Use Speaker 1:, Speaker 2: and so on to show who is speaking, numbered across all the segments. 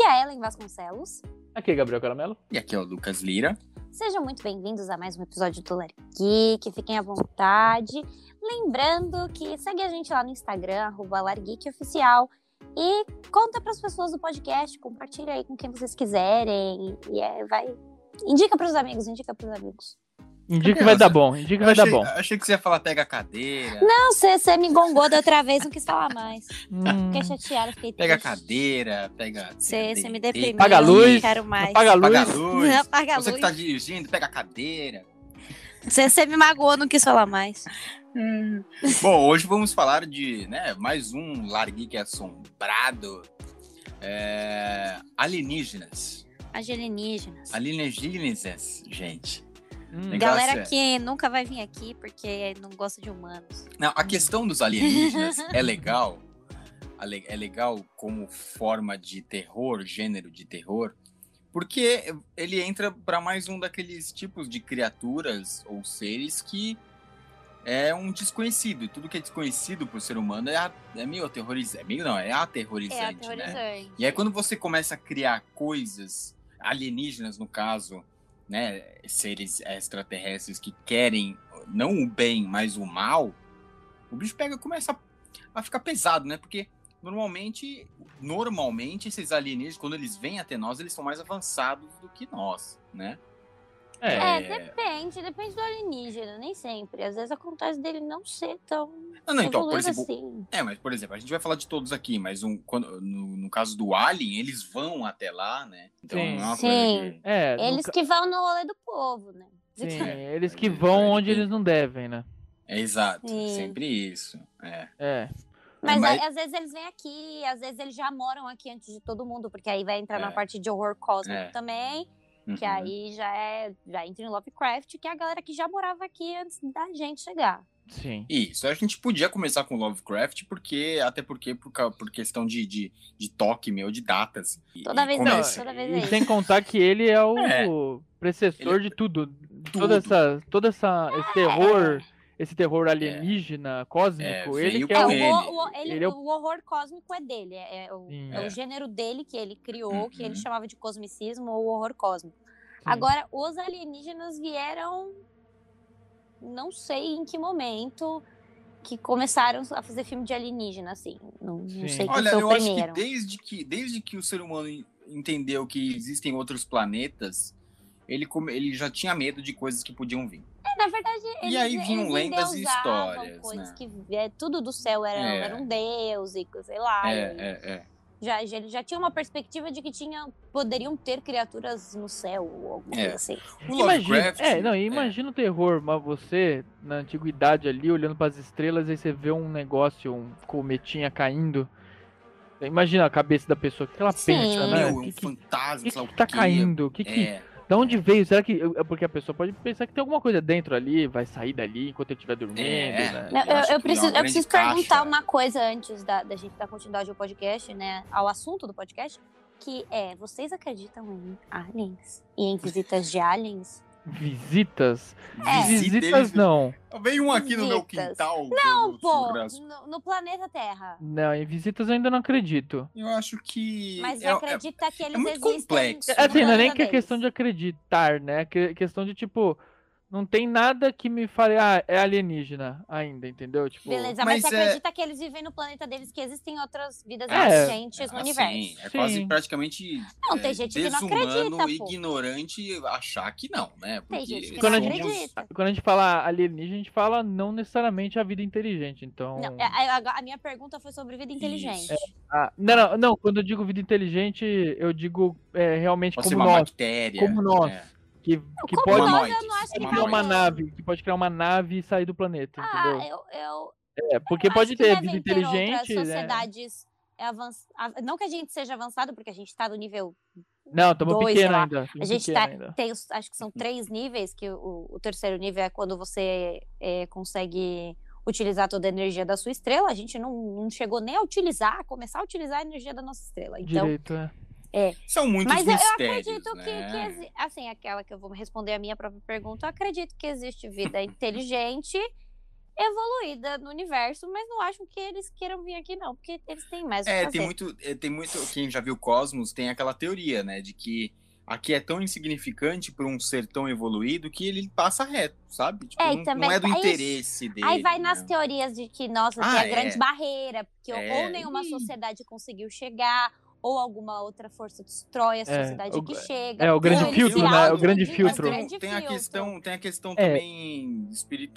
Speaker 1: é Ellen Vasconcelos.
Speaker 2: Aqui é Gabriel Caramelo.
Speaker 3: E aqui é o Lucas Lira.
Speaker 1: Sejam muito bem-vindos a mais um episódio do Lar Geek. Fiquem à vontade. Lembrando que segue a gente lá no Instagram, arroba Lar Geek Oficial. E conta para as pessoas do podcast, compartilha aí com quem vocês quiserem. E é, vai. Indica para os amigos, indica para os amigos.
Speaker 2: Indica que vai dar bom, indica que vai dar
Speaker 3: achei,
Speaker 2: bom.
Speaker 3: achei que você ia falar pega a cadeira.
Speaker 1: Não, você você me gongou da outra vez, não quis falar mais.
Speaker 3: Ah, tá.
Speaker 2: Hum,
Speaker 1: Fiquei chateada, fiquei
Speaker 3: Pega a
Speaker 1: triste.
Speaker 3: cadeira, pega.
Speaker 1: Você você me
Speaker 3: pega-
Speaker 1: deprimiu.
Speaker 2: Apaga a luz,
Speaker 1: Não quero mais.
Speaker 2: apaga a
Speaker 3: Apaga a
Speaker 2: luz.
Speaker 3: luz.
Speaker 1: Apaga a
Speaker 3: Você
Speaker 1: luz.
Speaker 3: que tá dirigindo, pega a cadeira.
Speaker 1: Você você me magoou, não quis falar mais.
Speaker 3: Bom, hoje vamos falar de né, mais um Larguique assombrado. É, alienígenas.
Speaker 1: As alienígenas.
Speaker 3: Alienígenas, gente.
Speaker 2: Hum.
Speaker 3: Legal,
Speaker 1: Galera
Speaker 3: cê.
Speaker 1: que nunca vai vir aqui porque não gosta de humanos.
Speaker 3: Não, a questão dos alienígenas é legal. A le- É legal como forma de terror, gênero de terror, porque ele entra para mais um daqueles tipos de criaturas ou seres que é um desconhecido. Tudo que é desconhecido para o ser humano é, a- é meio aterrorizante. É meio não, é aterrorizante,
Speaker 1: É
Speaker 3: né?
Speaker 1: aterrorizante.
Speaker 3: E aí quando você começa a criar coisas, alienígenas no caso, né, seres extraterrestres que querem não o bem, mas o mal, o bicho pega e começa a, a ficar pesado, né? Porque normalmente, normalmente esses alienígenas quando eles vêm até nós, eles são mais avançados do que nós, né?
Speaker 2: É.
Speaker 1: É, depende, depende do alienígena, nem sempre. Às vezes acontece dele não ser tão
Speaker 3: Não, não, então, por
Speaker 1: evoluído
Speaker 3: exemplo,
Speaker 1: assim.
Speaker 3: É, mas por exemplo, a gente vai falar de todos aqui, mas um, quando- no, no caso do Alien, eles vão até lá, né? Então
Speaker 2: Sim.
Speaker 3: não é uma
Speaker 1: Sim.
Speaker 3: coisa que...
Speaker 2: é no
Speaker 1: Eles
Speaker 2: ca-
Speaker 1: que vão no rolê do povo, né?
Speaker 2: sim,
Speaker 3: É.
Speaker 2: eles que vão onde eles não devem, né?
Speaker 3: É exato,
Speaker 1: Sim.
Speaker 3: sempre isso. É.
Speaker 2: É.
Speaker 1: Mas,
Speaker 3: Mas-
Speaker 1: a- às vezes eles vêm aqui, às vezes eles já moram aqui antes de todo mundo, porque aí vai entrar na
Speaker 3: É.
Speaker 1: parte de horror cósmico
Speaker 3: É.
Speaker 1: também, que
Speaker 3: Uhum.
Speaker 1: aí já é, já entra em Lovecraft, que é a galera que já morava aqui antes da gente chegar.
Speaker 2: Sim.
Speaker 3: Isso, a gente podia começar com Lovecraft, porque, até porque, por, ca- por questão de, de, de toque meu, de datas. E-
Speaker 1: Toda
Speaker 3: e
Speaker 1: vez
Speaker 2: Não,
Speaker 1: isso,
Speaker 3: começa.
Speaker 1: toda vez é
Speaker 2: e
Speaker 1: isso.
Speaker 2: sem contar que ele é o
Speaker 3: É.
Speaker 2: precessor
Speaker 3: Ele-
Speaker 2: de
Speaker 3: é
Speaker 2: tudo. de
Speaker 3: Tudo.
Speaker 2: Toda essa, toda essa, esse terror, esse terror alienígena, cósmico,
Speaker 3: É,
Speaker 2: ele
Speaker 3: veio
Speaker 2: que
Speaker 1: É,
Speaker 2: é
Speaker 1: o,
Speaker 2: o...
Speaker 3: com ele.
Speaker 1: ho- o- ele-
Speaker 2: Ele é o-
Speaker 1: o horror cósmico é dele, é, é o,
Speaker 2: Sim.
Speaker 1: é o
Speaker 3: É.
Speaker 1: gênero dele que ele criou, que ele
Speaker 3: Uhum.
Speaker 1: chamava de cosmicismo ou horror cósmico.
Speaker 2: Sim.
Speaker 1: Agora, os alienígenas vieram, não sei em que momento, que começaram a fazer filme de alienígena, assim. Não, não
Speaker 2: Sim.
Speaker 1: sei quem
Speaker 3: Olha,
Speaker 1: foi
Speaker 3: eu
Speaker 1: o
Speaker 3: acho
Speaker 1: primeiro.
Speaker 3: que desde, que desde que o ser humano en- entendeu que existem outros planetas, ele, come- ele já tinha medo de coisas que podiam vir.
Speaker 1: É, Na verdade, eles,
Speaker 3: aí vinham
Speaker 1: eles
Speaker 3: lendas e
Speaker 1: endeusavam
Speaker 3: histórias,
Speaker 1: coisas
Speaker 3: né?
Speaker 1: que é, tudo do céu era,
Speaker 3: É.
Speaker 1: era um deus e sei lá.
Speaker 3: é,
Speaker 1: e-
Speaker 3: é, é.
Speaker 1: já, já, ele já tinha uma perspectiva de que tinha, poderiam ter criaturas no céu ou alguma
Speaker 3: É.
Speaker 1: coisa assim.
Speaker 3: O
Speaker 2: Imagina,
Speaker 3: Lovecraft.
Speaker 2: é, não, e
Speaker 3: é.
Speaker 2: imagina o terror, mas você, na antiguidade ali, olhando para as estrelas, aí você vê um negócio, um cometinha caindo. Imagina a cabeça da pessoa, o que ela
Speaker 1: Sim.
Speaker 2: pensa, né?
Speaker 3: Meu,
Speaker 2: O
Speaker 3: um
Speaker 2: que, que,
Speaker 3: fantasma,
Speaker 2: que
Speaker 3: sei lá o
Speaker 2: que tá
Speaker 3: quê.
Speaker 2: caindo? O que, que
Speaker 3: É,
Speaker 2: Da onde veio? Será que. eu- é Porque a pessoa pode pensar que tem alguma coisa dentro ali, vai sair dali enquanto eu estiver dormindo.
Speaker 3: É.
Speaker 2: né?
Speaker 3: Eu
Speaker 1: Eu, eu
Speaker 3: acho que
Speaker 1: preciso,
Speaker 3: é uma
Speaker 1: eu preciso
Speaker 3: grande caixa.
Speaker 1: perguntar uma coisa antes da, da gente dar continuidade ao podcast, né? Ao assunto do podcast, que é, vocês acreditam em aliens? E em visitas de aliens?
Speaker 2: Visitas?
Speaker 3: É. visita
Speaker 2: É, Visitas
Speaker 3: eles-
Speaker 2: não.
Speaker 3: Veio um aqui no meu
Speaker 1: Visitas.
Speaker 3: quintal.
Speaker 1: Não,
Speaker 3: Não,
Speaker 1: pô, no, no planeta Terra.
Speaker 2: Não, em visitas eu ainda não acredito.
Speaker 3: Eu acho que.
Speaker 1: Mas
Speaker 3: é- é-
Speaker 1: acredita que eles
Speaker 3: muito
Speaker 1: existem.
Speaker 3: complexo,
Speaker 1: no
Speaker 3: né?
Speaker 2: É assim, não é nem
Speaker 1: planeta
Speaker 2: que é questão de
Speaker 1: deles.
Speaker 2: acreditar, né? É que- questão de tipo. Não tem nada que me fale, ah, é alienígena ainda, entendeu? Tipo,
Speaker 1: Beleza, mas,
Speaker 3: Mas
Speaker 1: você
Speaker 3: é-
Speaker 1: acredita que eles vivem no planeta deles, que existem outras vidas
Speaker 2: É.
Speaker 1: existentes no
Speaker 3: Ah,
Speaker 1: universo.
Speaker 3: Sim, é
Speaker 2: Sim.
Speaker 3: quase praticamente
Speaker 1: Não,
Speaker 3: é,
Speaker 1: tem gente que não
Speaker 3: desumano,
Speaker 1: acredita, pô.
Speaker 3: ignorante achar que não, né? Porque
Speaker 1: gente que não
Speaker 2: quando, a
Speaker 3: somos-
Speaker 2: gente,
Speaker 1: acredita.
Speaker 2: quando a gente fala alienígena, a gente fala não necessariamente a vida inteligente, então...
Speaker 1: Não, é a, a- a minha pergunta foi sobre vida inteligente.
Speaker 2: Ah, não, não, não, quando eu digo vida inteligente, eu digo é, realmente
Speaker 3: Pode ser
Speaker 2: como
Speaker 3: uma
Speaker 2: nós,
Speaker 3: bactéria.
Speaker 2: como nós,
Speaker 3: é.
Speaker 2: que, que
Speaker 1: como
Speaker 2: pode...
Speaker 1: nós,
Speaker 3: Humanoides,
Speaker 1: eu não acho que
Speaker 2: que
Speaker 3: uma
Speaker 1: cabe
Speaker 2: criar uma
Speaker 1: no-
Speaker 2: nave, que pode criar uma nave e sair do planeta,
Speaker 1: Ah,
Speaker 2: entendeu?
Speaker 1: eu, eu,
Speaker 2: É, porque
Speaker 1: Acho
Speaker 2: pode
Speaker 1: que
Speaker 2: ter
Speaker 1: devem
Speaker 2: vida
Speaker 1: ter outras
Speaker 2: inteligente. né?
Speaker 1: sociedades avanç- a- Não que a gente seja avançado, porque a gente tá no nível.
Speaker 2: Não, estamos
Speaker 1: dois, sei
Speaker 2: pequeno
Speaker 1: lá.
Speaker 2: ainda. tamo
Speaker 1: A gente
Speaker 2: pequeno
Speaker 1: tá,
Speaker 2: ainda.
Speaker 1: tem, os- acho que são
Speaker 2: Uhum.
Speaker 1: três níveis, que o, o terceiro nível é quando você é, consegue utilizar toda a energia da sua estrela. A gente não, não chegou nem a utilizar, a começar a utilizar a energia da nossa estrela. Então,
Speaker 2: Direito, é.
Speaker 3: São muitos
Speaker 1: Mas eu- eu
Speaker 3: mistérios,
Speaker 1: acredito que,
Speaker 3: né?
Speaker 1: que exi- assim, aquela que eu vou responder a minha própria pergunta, eu acredito que existe vida inteligente evoluída no universo, mas não acho que eles queiram vir aqui, não, porque eles têm mais o que
Speaker 3: É,
Speaker 1: fazer.
Speaker 3: tem muito, é, tem muito. Quem já viu Cosmos tem aquela teoria, né? De que aqui é tão insignificante para um ser tão evoluído que ele passa reto, sabe? Tipo,
Speaker 1: É, e
Speaker 3: não,
Speaker 1: também-
Speaker 3: não é do
Speaker 1: aí-
Speaker 3: interesse dele.
Speaker 1: Aí vai nas
Speaker 3: né?
Speaker 1: teorias de que, nossa, tem
Speaker 3: Ah,
Speaker 1: a grande
Speaker 3: é.
Speaker 1: barreira, porque ou-
Speaker 3: É.
Speaker 1: ou nenhuma
Speaker 3: Ih.
Speaker 1: sociedade conseguiu chegar, ou alguma outra força destrói a sociedade
Speaker 2: É, o-
Speaker 1: que chega.
Speaker 2: É, o
Speaker 1: ou
Speaker 2: grande
Speaker 1: eles se
Speaker 2: filtro, né? O
Speaker 1: autodedicam,
Speaker 2: grande
Speaker 1: mas
Speaker 2: filtro.
Speaker 1: grande
Speaker 3: Tem, tem a
Speaker 1: filtro.
Speaker 3: questão, tem a questão
Speaker 2: É.
Speaker 3: também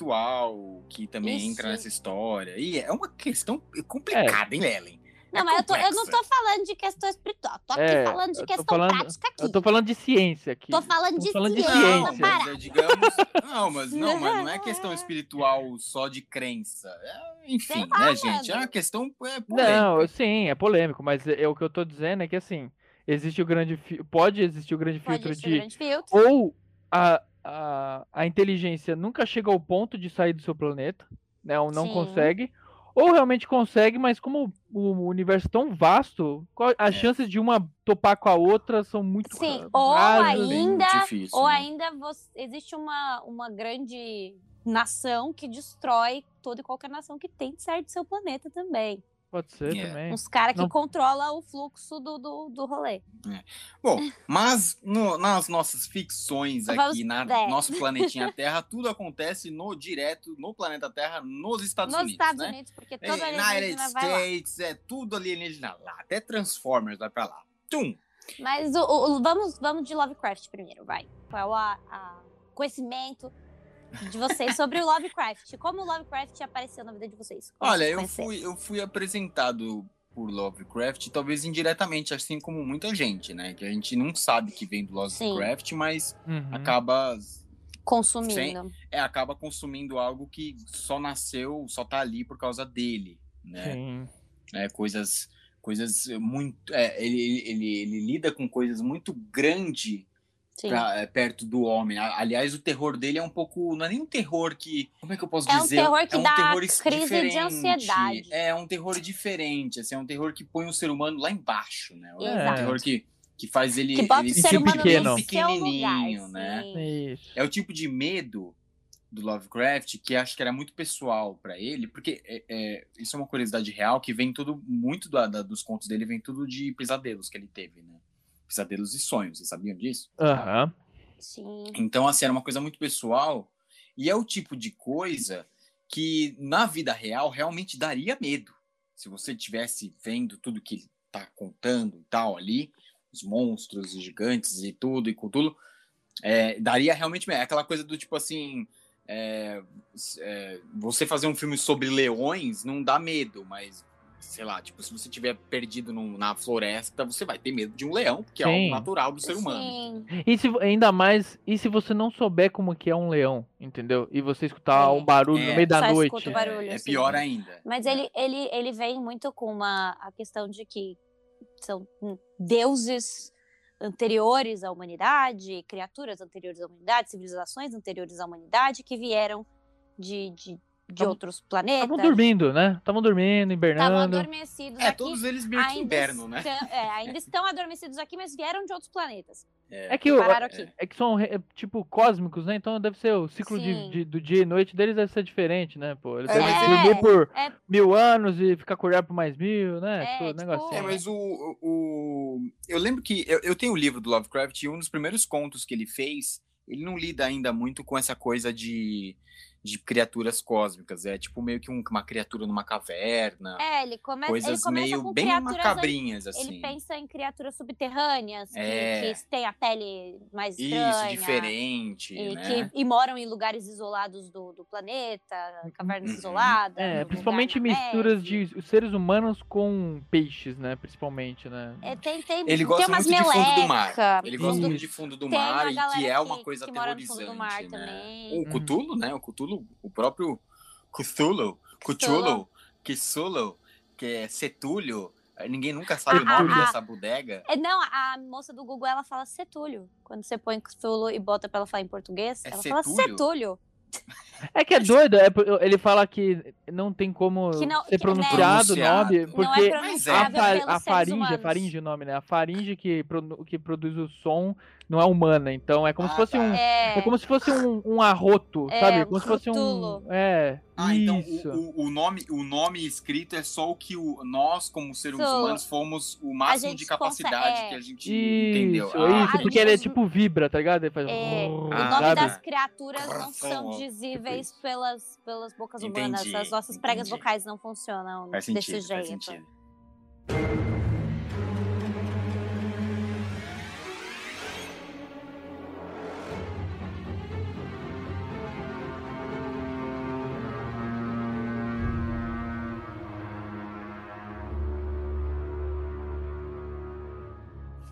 Speaker 3: espiritual que também
Speaker 1: Isso.
Speaker 3: entra nessa história. E é uma questão complicada, hein, Lelen?
Speaker 1: Não,
Speaker 3: É
Speaker 1: mas eu, tô- eu não
Speaker 3: complexa.
Speaker 1: tô falando de questão espiritual, tô aqui
Speaker 2: É,
Speaker 1: falando de
Speaker 2: eu tô
Speaker 1: questão
Speaker 2: falando-
Speaker 1: prática aqui.
Speaker 2: Eu tô falando de ciência aqui.
Speaker 1: Tô falando
Speaker 2: tô
Speaker 1: de
Speaker 2: falando de
Speaker 1: ciência, tá
Speaker 3: Não,
Speaker 2: ciência.
Speaker 1: parada.
Speaker 3: mas é, digamos. Não, mas não, mas não é questão espiritual só de crença. É, enfim,
Speaker 1: Sei lá,
Speaker 3: né, gente? É
Speaker 1: mano.
Speaker 3: uma questão. É, polêmica.
Speaker 2: Não, sim, é polêmico, mas é, é o que eu tô dizendo é que assim, existe o grande fi- pode existir o grande
Speaker 1: Pode
Speaker 2: filtro
Speaker 1: ser
Speaker 2: de
Speaker 1: grande filtro.
Speaker 2: ou a, a, a inteligência nunca chega ao ponto de sair do seu planeta, né? Ou não
Speaker 1: Sim.
Speaker 2: consegue, ou realmente consegue, mas como o, o universo é tão vasto, qual- as
Speaker 3: É.
Speaker 2: chances de uma topar com a outra são muito
Speaker 1: Sim,
Speaker 2: ra-
Speaker 1: ou
Speaker 2: rasas.
Speaker 1: aí-
Speaker 3: Bem
Speaker 1: ainda-
Speaker 3: difícil,
Speaker 1: Ou
Speaker 3: né?
Speaker 1: ainda você- existe uma, uma grande nação que destrói toda e qualquer nação que tente sair do seu planeta também.
Speaker 2: Pode ser
Speaker 3: É.
Speaker 2: também.
Speaker 1: Uns caras que
Speaker 2: Não.
Speaker 1: controlam o fluxo do, do, do rolê.
Speaker 3: Bom, mas no- nas nossas ficções aqui,
Speaker 1: Vamos-
Speaker 3: na
Speaker 1: é.
Speaker 3: nosso planetinha Terra, tudo acontece no direto, no planeta Terra, nos Estados
Speaker 1: Nos
Speaker 3: Unidos.
Speaker 1: Estados
Speaker 3: né?
Speaker 1: Unidos, porque
Speaker 3: É,
Speaker 1: toda
Speaker 3: United
Speaker 1: alienígena vai lá.
Speaker 3: States, é tudo alienígena lá. Até Transformers vai pra lá. Tum!
Speaker 1: Mas o, o- o- vamos, vamos de Lovecraft primeiro, vai. Qual a, a conhecimento de vocês sobre o Lovecraft? Como o Lovecraft apareceu na vida de vocês? Como
Speaker 3: Olha,
Speaker 1: vocês
Speaker 3: eu
Speaker 1: conheceram?
Speaker 3: fui, eu fui apresentado por Lovecraft, talvez indiretamente, assim como muita gente, né? Que a gente não sabe que vem do Lovecraft, mas
Speaker 2: Uhum.
Speaker 3: acaba
Speaker 1: consumindo.
Speaker 3: é, acaba consumindo algo que só nasceu, só tá ali por causa dele, né?
Speaker 2: Sim.
Speaker 3: É, coisas coisas muito é, ele, ele, ele- ele lida com coisas muito grande
Speaker 1: Sim.
Speaker 3: pra- é, perto do homem. A- Aliás, o terror dele é um pouco. Não é nem um terror que. Como é que eu posso
Speaker 1: É um
Speaker 3: dizer?
Speaker 1: terror que
Speaker 3: é um
Speaker 1: dá
Speaker 3: terror
Speaker 1: crise de
Speaker 3: diferente,
Speaker 1: ansiedade.
Speaker 3: É um terror diferente, assim, é um terror que põe o ser humano lá embaixo, né? É um
Speaker 1: Exato.
Speaker 3: terror que, que faz ele.
Speaker 1: Que bota
Speaker 3: ele
Speaker 1: o
Speaker 2: Sim,
Speaker 1: ser humano
Speaker 2: pequeno.
Speaker 1: no seu lugar.
Speaker 3: né?
Speaker 1: sim.
Speaker 2: Isso.
Speaker 3: É o tipo de medo do Lovecraft que acho que era muito pessoal pra ele, porque é- é, isso é uma curiosidade real que vem tudo muito da- da- dos contos dele, vem tudo de pesadelos que ele teve, né? Pesadelos e sonhos, vocês sabiam disso?
Speaker 2: Aham.
Speaker 1: Sim.
Speaker 2: Uhum.
Speaker 3: Então, assim, era uma coisa muito pessoal e é o tipo de coisa que na vida real realmente daria medo. Se você tivesse vendo tudo que ele tá contando e tal ali, os monstros, os gigantes e tudo e com tudo, é, daria realmente medo. É Aquela coisa do tipo assim, é, s- é, você fazer um filme sobre leões não dá medo, mas sei lá, tipo, se você tiver perdido num- na floresta, você vai ter medo de um leão, porque é
Speaker 2: Sim.
Speaker 3: algo natural do ser humano.
Speaker 1: Sim.
Speaker 2: E se, ainda mais, e se você não souber como que é um leão, entendeu? E você escutar
Speaker 1: É.
Speaker 2: um barulho
Speaker 3: É.
Speaker 2: no meio da
Speaker 1: Só
Speaker 2: noite.
Speaker 1: escuta o barulho,
Speaker 3: é, é
Speaker 1: assim.
Speaker 3: pior ainda.
Speaker 1: Mas
Speaker 3: É.
Speaker 1: ele, ele, ele vem muito com uma a questão de que são hum, deuses anteriores à humanidade, criaturas anteriores à humanidade, civilizações anteriores à humanidade que vieram de, de, de
Speaker 2: Tavam-
Speaker 1: outros planetas.
Speaker 2: Estavam dormindo, né? Estavam
Speaker 1: Estavam
Speaker 2: dormindo, hibernando.
Speaker 1: adormecidos
Speaker 3: É,
Speaker 1: aqui.
Speaker 3: todos eles meio que inverno, né?
Speaker 1: estão, é, ainda estão adormecidos aqui, mas vieram de outros planetas.
Speaker 2: É que, o-
Speaker 1: Pararam aqui.
Speaker 2: é que são, re- tipo, cósmicos, né? Então deve ser o ciclo de,
Speaker 1: Sim.
Speaker 2: de- do dia e noite deles deve ser diferente, né? Pô, eles
Speaker 3: É,
Speaker 2: devem
Speaker 3: mas
Speaker 1: é-
Speaker 2: dormir por
Speaker 1: é-
Speaker 2: mil anos e ficar acordado por mais mil, né?
Speaker 1: É,
Speaker 2: Tipo, um
Speaker 1: tipo,
Speaker 2: negocinho.
Speaker 3: É, mas o, o. Eu lembro que. Eu, eu tenho o livro do Lovecraft e um dos primeiros contos que ele fez, ele não lida ainda muito com essa coisa de, de criaturas cósmicas. É tipo meio que um- uma criatura numa caverna.
Speaker 1: É, ele, come... ele
Speaker 3: coisas
Speaker 1: começa com
Speaker 3: meio bem
Speaker 1: criaturas
Speaker 3: macabrinhas,
Speaker 1: Ele
Speaker 3: assim.
Speaker 1: pensa em criaturas subterrâneas, que-
Speaker 3: É.
Speaker 1: que, têm a pele mais
Speaker 3: Isso,
Speaker 1: estranha.
Speaker 3: diferente,
Speaker 1: E,
Speaker 3: né?
Speaker 1: que, e moram em lugares isolados do, do planeta, cavernas
Speaker 3: Uhum.
Speaker 1: isoladas.
Speaker 2: É,
Speaker 1: num
Speaker 2: principalmente
Speaker 1: lugar na
Speaker 2: misturas
Speaker 1: neve.
Speaker 2: de seres humanos com peixes, né? Principalmente, né?
Speaker 1: É, tem, tem,
Speaker 3: Ele
Speaker 1: tem
Speaker 3: gosta
Speaker 1: umas
Speaker 3: muito de fundo do mar.
Speaker 1: meleca,
Speaker 3: Ele gosta
Speaker 1: fundo-
Speaker 3: muito de fundo do
Speaker 1: Tem uma
Speaker 3: mar e que é
Speaker 1: galera
Speaker 3: uma
Speaker 1: que-
Speaker 3: coisa
Speaker 1: que mora no
Speaker 3: aterrorizante.
Speaker 1: fundo do mar
Speaker 3: né?
Speaker 1: também.
Speaker 3: O
Speaker 2: Uhum.
Speaker 3: Cthulhu, né? O Cthulhu, o próprio Cthulhu, Cthulhu,
Speaker 1: Cthulhu.
Speaker 3: Cthulhu, que é Cetulho. Ninguém nunca sabe o
Speaker 1: Ah,
Speaker 3: nome
Speaker 1: ah, ah.
Speaker 3: dessa bodega.
Speaker 1: É, não, a a moça do Google, ela fala Cetulho. Quando você põe Cthulhu e bota pra ela falar em português,
Speaker 3: É
Speaker 1: ela fala
Speaker 3: Cetúlio?
Speaker 1: Cetulho.
Speaker 2: É que é doido, é por- ele fala que não tem como
Speaker 1: Que não-
Speaker 2: ser
Speaker 1: que não é-
Speaker 2: pronunciado o nome,
Speaker 3: Pronunciado.
Speaker 1: Não
Speaker 2: porque
Speaker 1: é
Speaker 3: Mas é.
Speaker 2: a,
Speaker 1: pronunciável pelos
Speaker 2: fa- a
Speaker 1: seres
Speaker 2: faringe, a
Speaker 1: humanos.
Speaker 2: faringe o nome, né? A faringe que, produ- que produz o som não é humana, então é como
Speaker 3: Ah,
Speaker 2: se fosse
Speaker 3: tá.
Speaker 2: um. É.
Speaker 1: É,
Speaker 2: como se fosse um, um arroto,
Speaker 1: É,
Speaker 2: sabe?
Speaker 1: um
Speaker 2: Como se fosse um.
Speaker 1: frutulo.
Speaker 2: É.
Speaker 3: Ah, então
Speaker 2: isso.
Speaker 3: o, o- o nome, o nome escrito é só o que o- nós, como seres
Speaker 1: Sou.
Speaker 3: humanos, fomos o máximo
Speaker 1: gente é.
Speaker 3: de capacidade
Speaker 1: consegue-
Speaker 3: que a gente entendeu.
Speaker 2: Isso,
Speaker 3: Ah,
Speaker 2: isso,
Speaker 1: Ah,
Speaker 2: porque ele é
Speaker 1: isso.
Speaker 2: tipo vibra, tá ligado? Ele faz um
Speaker 1: É,
Speaker 2: "Rrr",
Speaker 1: o
Speaker 3: Ah,
Speaker 1: nome
Speaker 2: sabe?
Speaker 1: das criaturas não
Speaker 3: Coração,
Speaker 1: são
Speaker 3: ó.
Speaker 1: visíveis
Speaker 3: Perfeito.
Speaker 1: pelas, pelas bocas humanas.
Speaker 3: Entendi,
Speaker 1: As nossas pregas
Speaker 3: entendi.
Speaker 1: vocais não funcionam
Speaker 3: faz
Speaker 1: desse
Speaker 3: sentido, faz
Speaker 1: jeito.
Speaker 3: sentido.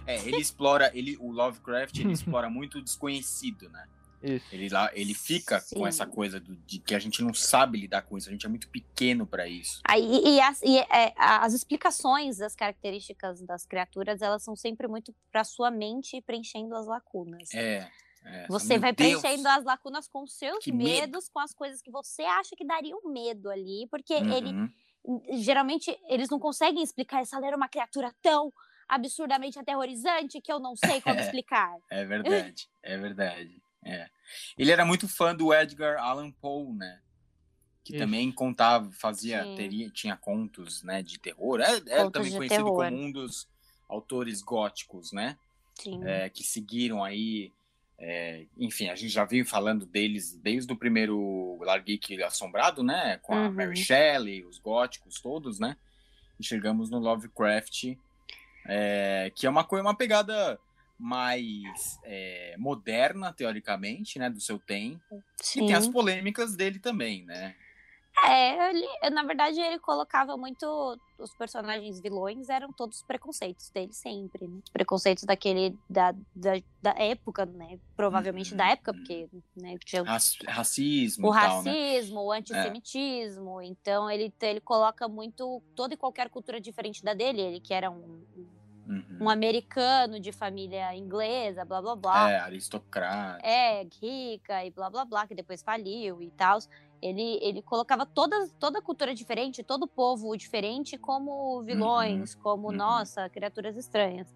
Speaker 3: É, ele explora, ele, o Lovecraft ele explora muito o desconhecido, né?
Speaker 2: Isso.
Speaker 3: Ele, lá, ele fica
Speaker 1: Sim.
Speaker 3: com essa coisa do- de que a gente não sabe lidar com isso, a gente é muito pequeno pra isso.
Speaker 1: Aí, e as, e, é, as explicações das características das criaturas, elas são sempre muito para sua mente e preenchendo as lacunas.
Speaker 3: É. é.
Speaker 1: Você
Speaker 3: Meu
Speaker 1: vai
Speaker 3: Deus.
Speaker 1: preenchendo as lacunas com seus
Speaker 3: Que medo.
Speaker 1: medos, com as coisas que você acha que dariam medo ali, porque ele
Speaker 3: Uhum.
Speaker 1: geralmente eles não conseguem explicar essa era uma criatura tão absurdamente aterrorizante que eu não sei como
Speaker 3: É.
Speaker 1: explicar.
Speaker 3: É verdade, é verdade. É. Ele era muito fã do Edgar Allan Poe, né? Que
Speaker 2: Isso.
Speaker 3: também contava, fazia,
Speaker 1: Sim.
Speaker 3: teria, tinha contos, né, de terror. É, é
Speaker 1: Contos
Speaker 3: também
Speaker 1: de
Speaker 3: conhecido
Speaker 1: terror.
Speaker 3: como um dos autores góticos, né?
Speaker 1: Sim.
Speaker 3: É, que seguiram aí. é, enfim, a gente já veio falando deles desde o primeiro Larguique Assombrado, né? Com a
Speaker 1: Uhum.
Speaker 3: Mary Shelley, os góticos todos, né? E chegamos no Lovecraft, é, que é uma coisa, uma pegada mais é, moderna, teoricamente, né? Do seu tempo. E
Speaker 1: Sim.
Speaker 3: tem as polêmicas dele também, né?
Speaker 1: É, ele- na verdade, ele colocava muito. Os personagens vilões eram todos preconceitos dele sempre, né? Preconceitos daquele. da, da, da época, né? Provavelmente
Speaker 3: Uhum.
Speaker 1: da época, porque né, tinha o-
Speaker 3: Raci- racismo
Speaker 1: o
Speaker 3: e tal, né?
Speaker 1: racismo, o antissemitismo. Então, ele, ele coloca muito toda e qualquer cultura diferente da dele. Ele que era um,
Speaker 3: Uhum.
Speaker 1: um americano de família inglesa, blá blá blá
Speaker 3: É, aristocrata.
Speaker 1: é, rica e blá blá blá, que depois faliu e tal. Ele, ele colocava toda, toda cultura diferente, todo povo diferente como vilões, como,
Speaker 3: uhum.
Speaker 1: nossa, criaturas estranhas.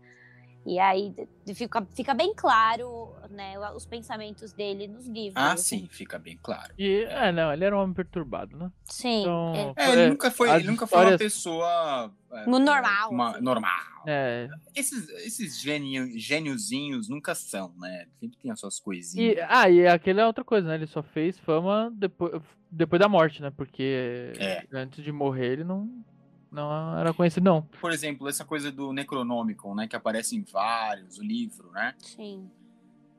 Speaker 1: E aí de- de- fica, fica bem claro né, os pensamentos dele nos livros.
Speaker 3: Ah,
Speaker 1: assim.
Speaker 3: sim, fica bem claro.
Speaker 2: E, é, não, ele era um homem perturbado, né?
Speaker 1: Sim.
Speaker 2: Então,
Speaker 1: é.
Speaker 3: É, ele nunca foi,
Speaker 2: as
Speaker 3: ele nunca foi uma
Speaker 2: histórias-
Speaker 3: pessoa é,
Speaker 1: No normal,
Speaker 3: uma-
Speaker 1: assim.
Speaker 3: normal.
Speaker 2: é,
Speaker 3: Esses, esses gênio, gêniozinhos nunca são, né? Sempre tem as suas coisinhas.
Speaker 2: E, ah, e aquele é outra coisa, né? Ele só fez fama depois, depois da morte, né? Porque
Speaker 3: É.
Speaker 2: antes de morrer ele não, não era conhecido, não.
Speaker 3: Por exemplo, essa coisa do Necronomicon, né? Que aparece em vários, o livro, né?
Speaker 1: Sim.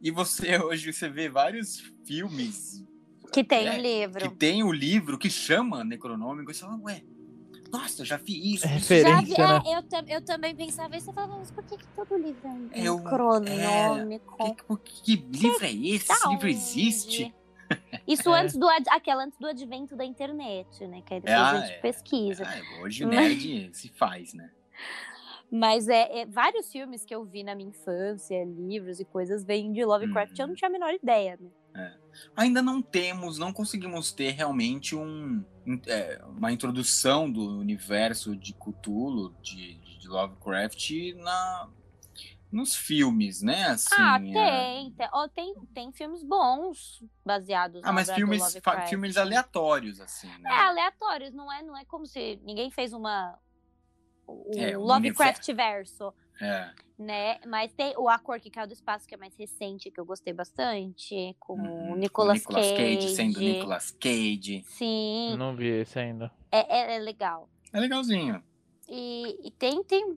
Speaker 3: E você hoje você vê vários filmes
Speaker 1: Que tem
Speaker 3: É,
Speaker 1: um livro.
Speaker 3: que tem o livro que chama Necronômico e você fala, ué, nossa, já vi isso.
Speaker 2: É
Speaker 3: isso,
Speaker 2: referência,
Speaker 1: Já vi-
Speaker 2: né?
Speaker 1: é, eu, tam- eu também pensava isso, eu falava, mas por que, que todo livro é um
Speaker 3: É um-
Speaker 1: cronômico?
Speaker 3: Que, que- que livro é esse?
Speaker 1: Da
Speaker 3: Esse livro
Speaker 1: onde?
Speaker 3: existe?
Speaker 1: Isso
Speaker 2: É.
Speaker 1: antes do ad- aquela antes do advento da internet, né? Que aí depois
Speaker 3: Ah,
Speaker 1: a gente
Speaker 3: é.
Speaker 1: pesquisa.
Speaker 3: Ah, hoje o nerd se faz, né?
Speaker 1: Mas é, é, vários filmes que eu vi na minha infância, livros e coisas, vêm de Lovecraft.
Speaker 3: Uhum.
Speaker 1: Eu não tinha a menor ideia, né?
Speaker 3: Ainda não temos, não conseguimos ter realmente um, um- é, uma introdução do universo de Cthulhu, de, de Lovecraft, na, nos filmes, né? Assim,
Speaker 1: ah,
Speaker 3: é.
Speaker 1: tem. Tem, ó, tem. tem filmes bons baseados
Speaker 3: Ah,
Speaker 1: na
Speaker 3: mas
Speaker 1: obra do
Speaker 3: filmes, fa-
Speaker 1: Lovecraft.
Speaker 3: filmes aleatórios, assim, né?
Speaker 1: É, aleatórios, não é, não é como se ninguém fez uma. O
Speaker 3: É, um
Speaker 1: Lovecraft verso,
Speaker 3: É.
Speaker 1: né? Mas tem o A Cor que Caiu do Espaço, que é mais recente, que eu gostei bastante, com
Speaker 3: Uhum,
Speaker 1: o Nicolas,
Speaker 3: Nicolas Cage.
Speaker 1: Cage.
Speaker 3: sendo Nicolas Cage.
Speaker 1: Sim,
Speaker 2: Não vi esse ainda.
Speaker 1: É, é- é legal.
Speaker 3: É legalzinho.
Speaker 1: E, e tem, tem.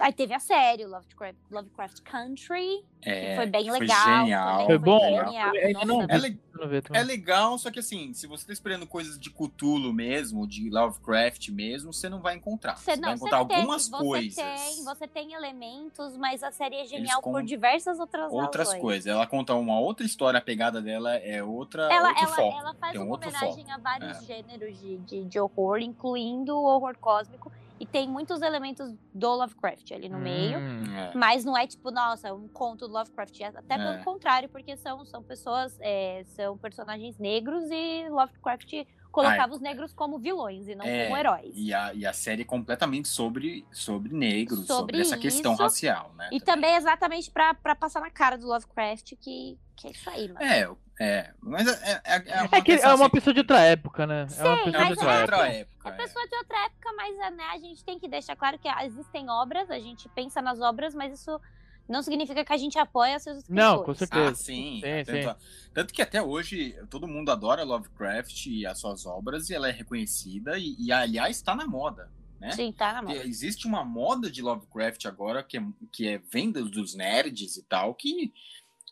Speaker 1: Aí teve a série, Lovecraft, Lovecraft Country,
Speaker 3: É,
Speaker 1: que foi bem
Speaker 3: foi
Speaker 1: legal.
Speaker 3: genial.
Speaker 1: também,
Speaker 2: Foi bom?
Speaker 1: genial.
Speaker 2: Eu ainda não
Speaker 1: Nossa,
Speaker 3: É,
Speaker 2: vi.
Speaker 3: le-
Speaker 2: Não vi também.
Speaker 3: é legal, só que assim, se você tá esperando coisas de Cthulhu mesmo, de Lovecraft mesmo, você não vai encontrar.
Speaker 1: Você
Speaker 3: é, vai
Speaker 1: não, você
Speaker 3: encontrar
Speaker 1: não tem,
Speaker 3: algumas
Speaker 1: você
Speaker 3: coisas.
Speaker 1: Tem, você tem elementos, mas a série é genial por
Speaker 3: con-
Speaker 1: diversas outras
Speaker 3: Outras
Speaker 1: razões.
Speaker 3: coisas. Ela conta uma outra história, a pegada dela é outra,
Speaker 1: Ela,
Speaker 3: outro
Speaker 1: ela,
Speaker 3: foco.
Speaker 1: ela faz
Speaker 3: Tem um
Speaker 1: uma
Speaker 3: outro
Speaker 1: homenagem a vários gêneros de, de, de horror, incluindo o horror cósmico. E tem muitos elementos do Lovecraft ali no meio.
Speaker 2: Hum,
Speaker 3: É.
Speaker 1: Mas não é tipo, nossa, um conto do Lovecraft. É Até
Speaker 3: É.
Speaker 1: pelo contrário, porque são, são pessoas, é, são personagens negros e Lovecraft colocava os negros como vilões e não
Speaker 3: Ah, É,
Speaker 1: como heróis.
Speaker 3: E a, e a série é completamente sobre, sobre negros, sobre,
Speaker 1: Sobre
Speaker 3: essa questão
Speaker 1: isso. Então-
Speaker 3: racial, né?
Speaker 1: E também é exatamente pra, pra passar na cara do Lovecraft que, que é isso aí, mano.
Speaker 3: É, é. Mas é, é, é uma,
Speaker 2: É, que
Speaker 3: questão,
Speaker 2: é uma
Speaker 3: assim,
Speaker 2: pessoa de outra época, né? é uma
Speaker 1: Sim,
Speaker 2: pessoa
Speaker 3: é
Speaker 2: de
Speaker 1: mas
Speaker 2: outra
Speaker 1: é-
Speaker 2: época.
Speaker 3: outra época.
Speaker 1: É
Speaker 3: é.
Speaker 1: pessoa de outra época, mas né, a gente tem que deixar claro que existem obras, a gente pensa nas obras, mas isso não significa que a gente apoia seus escritores.
Speaker 2: Não, com certeza.
Speaker 3: Ah, sim.
Speaker 2: Sim,
Speaker 3: tanto, tanto que até hoje todo mundo adora Lovecraft e as suas obras, e ela é reconhecida, e, e, aliás está na moda. né?
Speaker 1: Sim, tá na mão.
Speaker 3: Existe uma moda de Lovecraft agora, que é, que é venda dos nerds e tal, que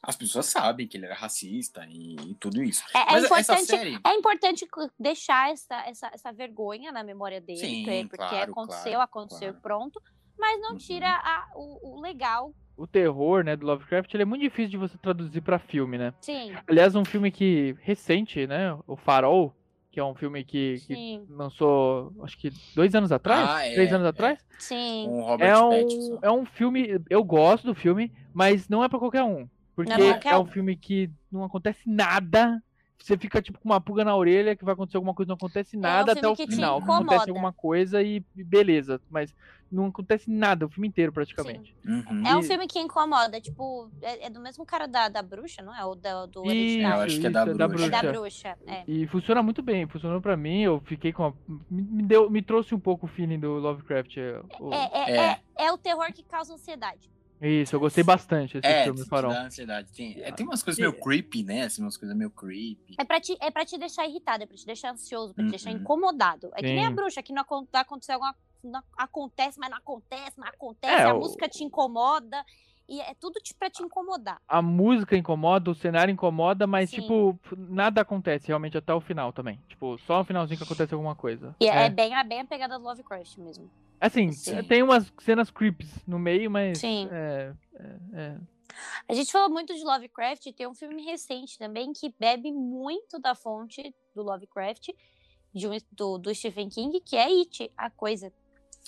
Speaker 3: as pessoas sabem que ele era racista e, e tudo isso.
Speaker 1: É, é
Speaker 3: Mas essa
Speaker 1: importante,
Speaker 3: série.
Speaker 1: é importante c- deixar essa, essa, essa vergonha na memória dele,
Speaker 3: Sim,
Speaker 1: pe- porque
Speaker 3: claro,
Speaker 1: aconteceu,
Speaker 3: claro,
Speaker 1: aconteceu e
Speaker 3: claro.
Speaker 1: pronto, mas não
Speaker 3: Uhum.
Speaker 1: tira a- o, o legal,
Speaker 2: O terror, né, do Lovecraft, ele é muito difícil de você traduzir pra filme, né?
Speaker 1: sim,
Speaker 2: Aliás, um filme que recente, né, o Farol, que é um filme que, que
Speaker 1: sim,
Speaker 2: lançou, acho que dois anos atrás,
Speaker 3: Ah, é,
Speaker 2: três anos
Speaker 3: é.
Speaker 2: atrás.
Speaker 1: sim.
Speaker 3: Com o Robert
Speaker 2: É um,
Speaker 3: Pattinson.
Speaker 2: é um filme, eu gosto do filme, mas não é pra qualquer um, porque
Speaker 1: Não é pra qualquer
Speaker 2: é um
Speaker 1: um.
Speaker 2: filme que não acontece nada. Você fica tipo com uma pulga na orelha que vai acontecer alguma coisa, não acontece nada até
Speaker 1: É um filme
Speaker 2: o
Speaker 1: que te
Speaker 2: final. Acontece
Speaker 1: incomoda.
Speaker 2: alguma coisa e e beleza, mas não acontece nada o filme inteiro praticamente.
Speaker 3: Uhum.
Speaker 1: É um
Speaker 2: E-
Speaker 1: filme que incomoda, tipo, é, é do mesmo cara da, da bruxa, não é? Ou da, do
Speaker 3: Eu
Speaker 1: original.
Speaker 3: acho que é da
Speaker 2: isso,
Speaker 3: Bruxa.
Speaker 1: É da bruxa, é.
Speaker 2: E funciona muito bem, funcionou pra mim, eu fiquei com a... me, me deu, me trouxe um pouco o feeling do Lovecraft. é, o-
Speaker 1: É, é,
Speaker 3: É.
Speaker 1: é- é o terror que causa ansiedade.
Speaker 2: Isso, eu gostei bastante desse
Speaker 3: É,
Speaker 2: filme,
Speaker 3: te
Speaker 2: Farol.
Speaker 3: dá ansiedade. Tem, é, tem umas coisas meio creepy, né? Assim, umas coisas meio creepy.
Speaker 1: É pra te, é pra te deixar irritado, é pra te deixar ansioso, pra te deixar
Speaker 3: Uhum.
Speaker 1: incomodado. É que nem a
Speaker 2: Sim.
Speaker 1: bruxa, que não acon- vai acontecer alguma não acontece, mas não acontece, não acontece,
Speaker 2: É,
Speaker 1: a
Speaker 2: o-
Speaker 1: música te incomoda. E é tudo te, pra te incomodar.
Speaker 2: A música incomoda, o cenário incomoda, mas,
Speaker 1: Sim.
Speaker 2: tipo, nada acontece realmente até o final também. Tipo, só no finalzinho que acontece alguma coisa.
Speaker 1: E é,
Speaker 2: É.
Speaker 1: bem, é bem a pegada do Lovecraft mesmo.
Speaker 2: Assim,
Speaker 1: Sim.
Speaker 2: tem umas cenas creeps no meio, mas.
Speaker 1: Sim.
Speaker 2: É, é, é.
Speaker 1: A gente falou muito de Lovecraft, tem um filme recente também que bebe muito da fonte do Lovecraft, de um- do, do Stephen King, que é It, a coisa.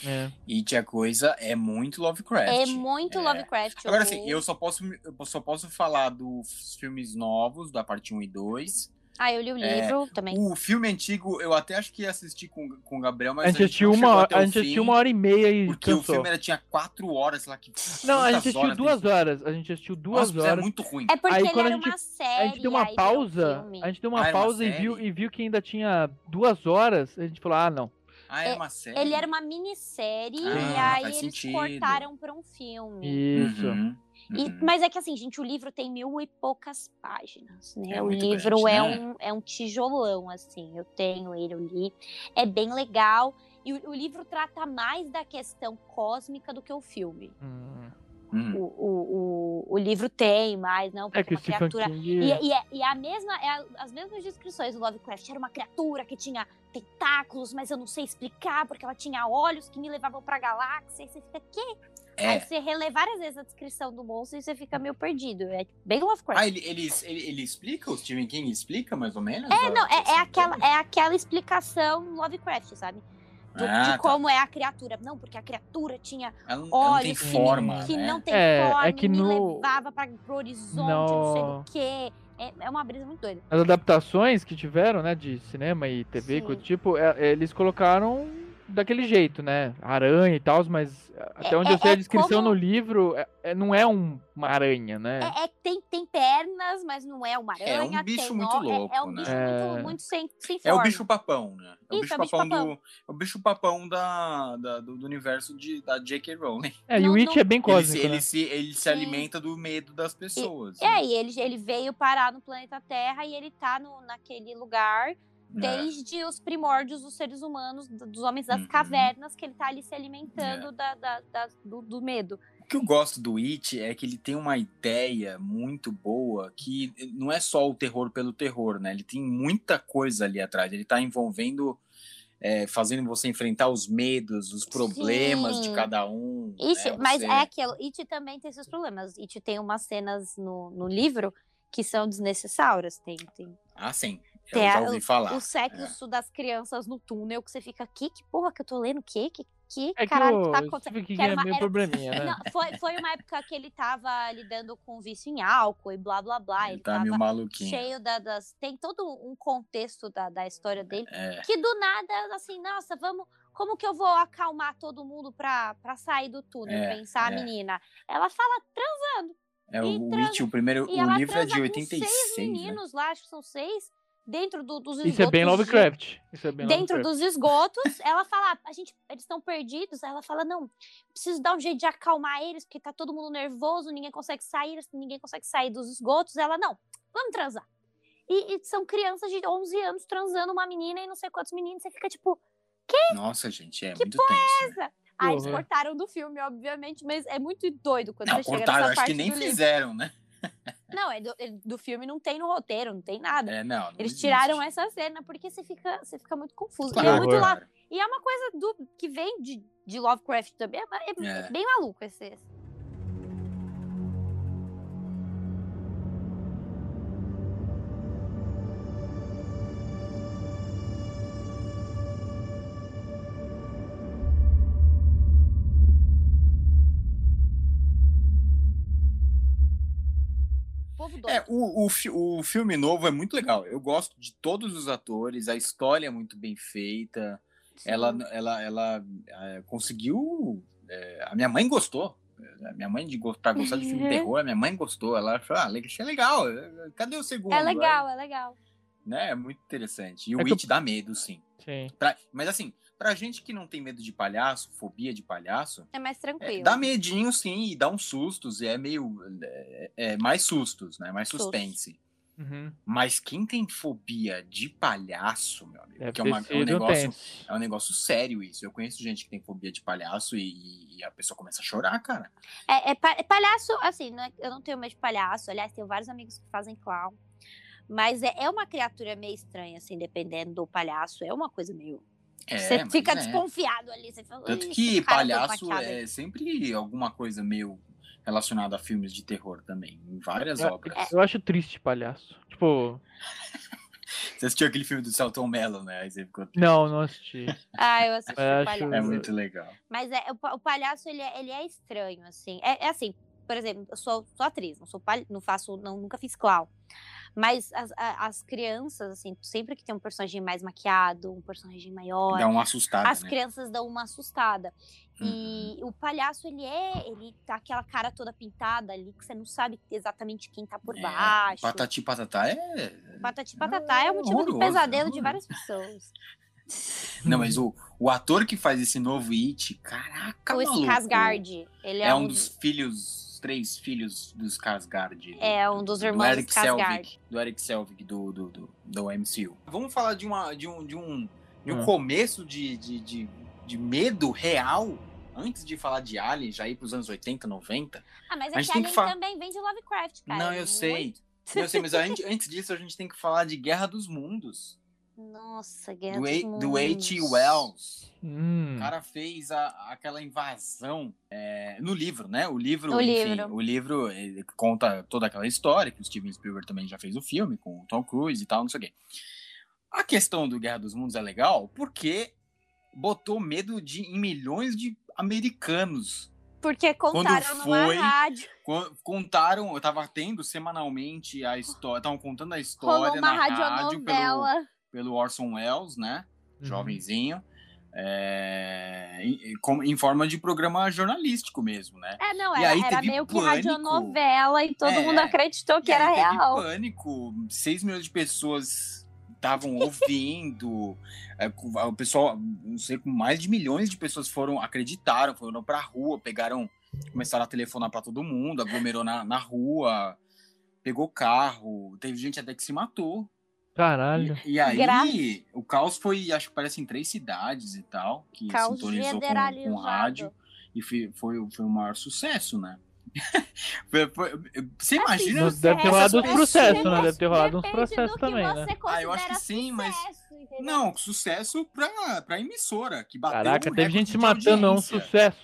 Speaker 2: é.
Speaker 3: E a coisa é muito Lovecraft.
Speaker 1: É muito Lovecraft.
Speaker 3: Agora
Speaker 1: o-
Speaker 3: assim, eu só posso, eu só posso falar dos filmes novos, da parte 1 e 2.
Speaker 1: Ah, eu li o
Speaker 3: É,
Speaker 1: livro também.
Speaker 3: O filme antigo, eu até acho que ia assistir com, com o Gabriel, mas
Speaker 2: a gente assistiu
Speaker 3: não chegou
Speaker 2: uma, hora-
Speaker 3: até o
Speaker 2: a gente
Speaker 3: fim,
Speaker 2: assistiu uma hora e meia e
Speaker 3: Porque o
Speaker 2: cansou.
Speaker 3: filme era, tinha quatro horas, sei lá que.
Speaker 2: Não, a
Speaker 3: quantas
Speaker 2: gente assistiu
Speaker 3: horas tem
Speaker 2: duas
Speaker 3: filme?
Speaker 2: horas. A gente assistiu duas
Speaker 3: Nossa,
Speaker 2: horas.
Speaker 3: é muito ruim.
Speaker 1: É porque
Speaker 2: Aí,
Speaker 1: ele
Speaker 2: quando a
Speaker 1: era
Speaker 2: gente-
Speaker 1: uma série.
Speaker 2: A gente deu uma
Speaker 1: aí virou
Speaker 2: pausa,
Speaker 1: filme.
Speaker 2: a gente deu uma
Speaker 3: Ah, era uma
Speaker 2: pausa e, viu,
Speaker 3: série?
Speaker 2: e viu que ainda tinha duas horas. A gente falou, ah, não.
Speaker 3: Ah,
Speaker 1: é-
Speaker 3: era uma série.
Speaker 1: Ele era uma minissérie e
Speaker 3: Ah,
Speaker 1: aí
Speaker 3: faz
Speaker 1: eles
Speaker 3: sentido.
Speaker 1: cortaram pra um filme.
Speaker 2: Isso.
Speaker 3: Uhum,
Speaker 1: E-
Speaker 3: uhum.
Speaker 1: mas é que assim, gente, o livro tem mil e poucas páginas, né?
Speaker 3: É
Speaker 1: o
Speaker 3: muito
Speaker 1: livro
Speaker 3: grande,
Speaker 1: é,
Speaker 3: né?
Speaker 1: um, é um tijolão, assim. Eu tenho ele, eu li. É bem legal. E o, o livro trata mais da questão cósmica do que o filme.
Speaker 2: Hum.
Speaker 1: O,
Speaker 3: Uhum.
Speaker 1: o, o, o livro tem mais, não?
Speaker 2: É
Speaker 1: Porque
Speaker 2: que o
Speaker 1: uma
Speaker 2: Stephen
Speaker 1: criatura
Speaker 2: King.
Speaker 1: E, e é- e a mesma, é a- as mesmas descrições do Lovecraft. Era uma criatura que tinha tentáculos, mas eu não sei explicar, porque ela tinha olhos que me levavam pra galáxia. E você fica, quê? Aí
Speaker 3: É.
Speaker 1: você relê várias vezes a descrição do monstro e você fica meio perdido. É bem Lovecraft.
Speaker 3: Ah, ele, ele, ele, ele explica? O Stephen King explica mais ou assim? menos?
Speaker 1: é, não, é, é aquela, é aquela explicação Lovecraft, sabe? Do-
Speaker 3: Ah, tá.
Speaker 1: de como é a criatura. Não, porque a criatura tinha
Speaker 3: Ela não, ela não tem
Speaker 1: olhos que-
Speaker 3: forma.
Speaker 1: que
Speaker 3: né?
Speaker 1: não tem
Speaker 2: É, é
Speaker 1: forma, e
Speaker 2: que
Speaker 1: me
Speaker 2: no-
Speaker 1: levava pra, pro horizonte, não sei do quê. É, é uma brisa muito doida.
Speaker 2: As adaptações que tiveram, né, de cinema e TV, e
Speaker 1: Sim.
Speaker 2: coisa do tipo, é- é, eles colocaram daquele jeito, né? Aranha e tal, mas até
Speaker 1: É-
Speaker 2: onde eu
Speaker 1: é-
Speaker 2: sei a
Speaker 1: é
Speaker 2: descrição
Speaker 1: como-
Speaker 2: no livro, é- é- não é um- uma aranha, né?
Speaker 1: É, é que tem, tem pernas, mas não é uma
Speaker 3: É
Speaker 1: aranha.
Speaker 3: um bicho
Speaker 1: tem
Speaker 3: muito
Speaker 1: ó- é-
Speaker 3: louco,
Speaker 1: É, um
Speaker 3: né?
Speaker 1: bicho
Speaker 2: É.
Speaker 1: muito, muito sem, sem
Speaker 3: É
Speaker 1: forma.
Speaker 3: o bicho papão, né? É o
Speaker 1: Isso,
Speaker 3: bicho
Speaker 1: é o bicho
Speaker 3: papão do.
Speaker 1: papão.
Speaker 3: É o bicho papão da, da- do, do universo de, da J.K. Rowling.
Speaker 2: É, e o
Speaker 1: não-
Speaker 2: It
Speaker 1: não-
Speaker 2: é bem
Speaker 3: Ele, se,
Speaker 2: cósmico, né?
Speaker 3: ele, se, ele se
Speaker 1: Sim.
Speaker 3: alimenta do medo das pessoas.
Speaker 1: É, e ele, ele veio parar no planeta Terra e ele tá no, naquele lugar
Speaker 3: né?
Speaker 1: desde os primórdios dos seres humanos, do- dos homens das
Speaker 3: Uhum. É.
Speaker 1: cavernas, que ele tá ali se alimentando da, da- da- do, do medo.
Speaker 3: O que eu gosto do It é que ele tem uma ideia muito boa que não é só o terror pelo terror, né? Ele tem muita coisa ali atrás. Ele tá envolvendo. é, fazendo você enfrentar os medos, os problemas de
Speaker 1: Sim.
Speaker 3: cada um.
Speaker 1: Ixi,
Speaker 3: né?
Speaker 1: mas
Speaker 3: Você-
Speaker 1: é aquilo. It também tem seus problemas. It tem umas cenas no, no livro que são desnecessárias. Tem, tem
Speaker 3: Ah, sim. Eu
Speaker 1: Tem
Speaker 3: já
Speaker 1: a-
Speaker 3: ouvi falar. É.
Speaker 1: o sexo das crianças no túnel, que você fica, que, que porra que eu tô lendo? Que, que, que
Speaker 2: É que
Speaker 1: caralho
Speaker 2: o
Speaker 1: que tá acontecendo.
Speaker 2: Stephen King
Speaker 1: que era
Speaker 2: é
Speaker 1: uma-
Speaker 2: meio
Speaker 1: era-
Speaker 2: probleminha, né?
Speaker 1: Não, foi, foi uma época que ele tava lidando com vício em álcool e blá blá blá. Ele,
Speaker 3: Ele tá
Speaker 1: tava
Speaker 3: meio maluquinho.
Speaker 1: cheio da- das. Tem todo um contexto da, da história dele.
Speaker 3: É,
Speaker 1: Que do nada, assim, nossa, vamos. Como que eu vou acalmar todo mundo pra, pra sair do túnel,
Speaker 3: É,
Speaker 1: pensar
Speaker 3: é.
Speaker 1: a menina? Ela fala
Speaker 3: é
Speaker 1: E
Speaker 3: o
Speaker 1: transa-
Speaker 3: Witch, o primeiro,
Speaker 1: e ela
Speaker 3: o livro é de
Speaker 1: transa com
Speaker 3: 86,
Speaker 1: seis
Speaker 3: né?
Speaker 1: meninos lá, acho que são seis, dentro do, dos esgotos.
Speaker 2: Isso é bem
Speaker 1: de-
Speaker 2: Lovecraft. Isso é bem
Speaker 1: Dentro
Speaker 2: Lovecraft.
Speaker 1: dos esgotos, ela fala, "Ah, a gente, eles estão perdidos. Aí ela fala, não, preciso dar um jeito de acalmar eles, porque tá todo mundo nervoso, ninguém consegue sair, ninguém consegue sair dos esgotos. Ela, não, vamos transar. E, e são crianças de 11 anos transando uma menina e não sei quantos meninos. Você fica tipo,
Speaker 3: Nossa, gente, é
Speaker 1: Que
Speaker 3: muito tenso. né?
Speaker 1: ah, eles
Speaker 2: Porra.
Speaker 1: cortaram do filme, obviamente, mas é muito doido quando
Speaker 3: Não,
Speaker 1: você chega
Speaker 3: cortaram,
Speaker 1: nessa
Speaker 3: acho
Speaker 1: parte
Speaker 3: que nem
Speaker 1: do livro.
Speaker 3: fizeram, né?
Speaker 1: Não, é do, é do filme não tem no roteiro, não tem nada.
Speaker 3: É, não. não
Speaker 1: Eles
Speaker 3: existe.
Speaker 1: tiraram essa cena porque você fica, você fica muito confuso.
Speaker 2: Claro.
Speaker 1: e é muito lá.
Speaker 3: claro.
Speaker 1: E é uma coisa do, que vem de, de Lovecraft também. É, é
Speaker 3: É.
Speaker 1: bem maluco esse. esse. Povo doido.
Speaker 3: É, o, o, fi- o filme novo é muito legal. Eu gosto de todos os atores, a história é muito bem feita. Ela,
Speaker 1: Sim. É
Speaker 3: ela, ela eh, conseguiu. eh, a minha mãe gostou. A minha mãe, de, go- pra gostar de
Speaker 1: Uhum.
Speaker 3: filme de terror, a minha mãe gostou. Ela achou, ah, le- achei legal. eh, Cadê o segundo?
Speaker 1: é legal, é legal.
Speaker 3: Eh, Né? É muito interessante. E
Speaker 2: É
Speaker 3: o
Speaker 2: que eu-
Speaker 3: It dá medo, sim.
Speaker 2: Sim.
Speaker 3: Pra- mas assim, pra gente que não tem medo de palhaço, fobia de palhaço,
Speaker 1: É mais
Speaker 3: é,
Speaker 1: tranquilo.
Speaker 3: dá medinho, sim, e dá uns sustos. E é meio. É, é mais sustos, né? Mais
Speaker 1: Sustos.
Speaker 3: suspense.
Speaker 2: Uhum.
Speaker 3: Mas quem tem fobia de palhaço, meu amigo,
Speaker 2: Deve
Speaker 3: que é,
Speaker 2: ter
Speaker 3: uma- é um
Speaker 2: sido
Speaker 3: negócio.
Speaker 2: tenso.
Speaker 3: É um negócio sério isso. Eu conheço gente que tem fobia de palhaço e, e a pessoa começa a chorar, cara.
Speaker 1: É, é pa- é palhaço, assim, não é- eu não tenho medo de palhaço. Aliás, tenho vários amigos que fazem clown. Mas é, é uma criatura meio estranha, assim, dependendo do palhaço. É uma coisa meio.
Speaker 3: É,
Speaker 1: você
Speaker 3: mas
Speaker 1: fica
Speaker 3: é.
Speaker 1: desconfiado ali. Você fala,
Speaker 3: Tanto
Speaker 1: "Ih,
Speaker 3: que
Speaker 1: esse cara todo
Speaker 3: palhaço
Speaker 1: maquiado aí."
Speaker 3: é sempre alguma coisa meio relacionada a filmes de terror também, em várias
Speaker 2: Eu-
Speaker 3: obras.
Speaker 2: É, Eu acho triste palhaço. Tipo,
Speaker 3: Você assistiu aquele filme do Celton Mello, né? Aí você ficou...
Speaker 2: não, não assisti.
Speaker 1: Ah, eu assisti
Speaker 2: Palhaço-
Speaker 1: palhaço.
Speaker 3: É muito legal.
Speaker 1: Mas é, o, pa- o palhaço, ele é, ele é estranho, assim. É, é assim, por exemplo, eu sou, sou atriz, não sou palha, não faço, não, nunca fiz clown. Mas as, a- as crianças, assim, sempre que tem um personagem mais maquiado, um personagem maior,
Speaker 3: Dá uma assustada,
Speaker 1: as
Speaker 3: né? Uhum.
Speaker 1: crianças dão uma assustada. E o palhaço, ele é, ele tá aquela cara toda pintada ali, que você não sabe exatamente quem tá por
Speaker 3: É,
Speaker 1: baixo.
Speaker 3: Patati Patatá é...
Speaker 1: Patati patatá é o motivo do
Speaker 3: Horroroso, Uhum.
Speaker 1: pesadelo de
Speaker 3: horroroso.
Speaker 1: várias pessoas.
Speaker 3: Não, mas o, o ator que faz esse novo It, caraca,
Speaker 1: o
Speaker 3: maluco.
Speaker 1: Skarsgård, ele é,
Speaker 3: É um dos filhos, três filhos dos Skarsgård.
Speaker 1: É, um dos irmãos
Speaker 3: do Eric
Speaker 1: Skarsgård.
Speaker 3: Selvig, do Eric Selvig, do, do, do, do MCU. Vamos falar de, uma, de um, de um, de um
Speaker 2: Hum.
Speaker 3: começo de, de, de, de medo real, antes de falar de Alien, já ir pros anos 80, 90.
Speaker 1: Ah, mas
Speaker 3: A
Speaker 1: é
Speaker 3: gente
Speaker 1: que
Speaker 3: tem que
Speaker 1: Alien
Speaker 3: fa-
Speaker 1: também vem de Lovecraft, cara. é
Speaker 3: Não, eu
Speaker 1: Muito-
Speaker 3: sei. Eu sei, mas a gente- antes disso a gente tem que falar de Guerra dos Mundos,
Speaker 1: Nossa, Guerra
Speaker 3: do
Speaker 1: dos
Speaker 3: A- do H.G.
Speaker 1: Mundos.
Speaker 3: Wells.
Speaker 2: Hum.
Speaker 3: O cara fez a- aquela invasão é, no livro, né? O livro,
Speaker 1: O
Speaker 3: enfim,
Speaker 1: livro.
Speaker 3: o livro ele conta toda aquela história que o Steven Spielberg também já fez o filme com o Tom Cruise e tal, não sei o quê. A questão do Guerra dos Mundos é legal porque botou medo de, em milhões de americanos.
Speaker 1: Porque contaram numa
Speaker 3: foi,
Speaker 1: rádio,
Speaker 3: Co- Contaram, eu tava tendo semanalmente a história, estavam contando a história
Speaker 1: rolou uma
Speaker 3: na rádio pelo,
Speaker 1: radionovela.
Speaker 3: pelo Orson Welles, né?
Speaker 2: Uhum.
Speaker 3: jovenzinho, é, em, com- em forma de programa jornalístico mesmo, né?
Speaker 1: É, não,
Speaker 3: E
Speaker 1: era,
Speaker 3: aí
Speaker 1: era
Speaker 3: teve
Speaker 1: meio que
Speaker 3: pânico.
Speaker 1: radionovela e todo
Speaker 3: É.
Speaker 1: mundo acreditou que
Speaker 3: E aí
Speaker 1: era
Speaker 3: teve
Speaker 1: real.
Speaker 3: pânico, 6 milhões de pessoas estavam ouvindo, é, com- o pessoal, não sei, com mais de milhões de pessoas foram, acreditaram, foram pra rua, pegaram, começaram a telefonar pra todo mundo, aglomerou na, na rua, pegou carro, teve gente até que se matou.
Speaker 2: Caralho.
Speaker 3: E, e aí,
Speaker 1: Graças.
Speaker 3: o caos foi, acho que parece em três cidades e tal, que
Speaker 1: Caos
Speaker 3: sintonizou com, com
Speaker 1: generalizado.
Speaker 3: rádio. e foi, foi, foi um maior sucesso, né? Foi- foi-
Speaker 1: Assim,
Speaker 3: você
Speaker 1: É
Speaker 3: imagina?
Speaker 2: Não, deve ter rolado uns
Speaker 3: essas
Speaker 2: processos, né?
Speaker 3: pessoas-
Speaker 2: Deve ter rolado uns
Speaker 1: Depende
Speaker 2: processos
Speaker 1: do que
Speaker 2: também, né?
Speaker 1: você
Speaker 3: Ah, eu acho que
Speaker 1: considera
Speaker 3: sim, mas-
Speaker 1: sucesso, né? entendeu?
Speaker 3: Não, sucesso pra, pra emissora, que bateu
Speaker 2: Caraca,
Speaker 3: um
Speaker 2: teve
Speaker 3: recorde
Speaker 2: gente se
Speaker 3: de
Speaker 2: matando, é um
Speaker 3: audiência.
Speaker 2: sucesso.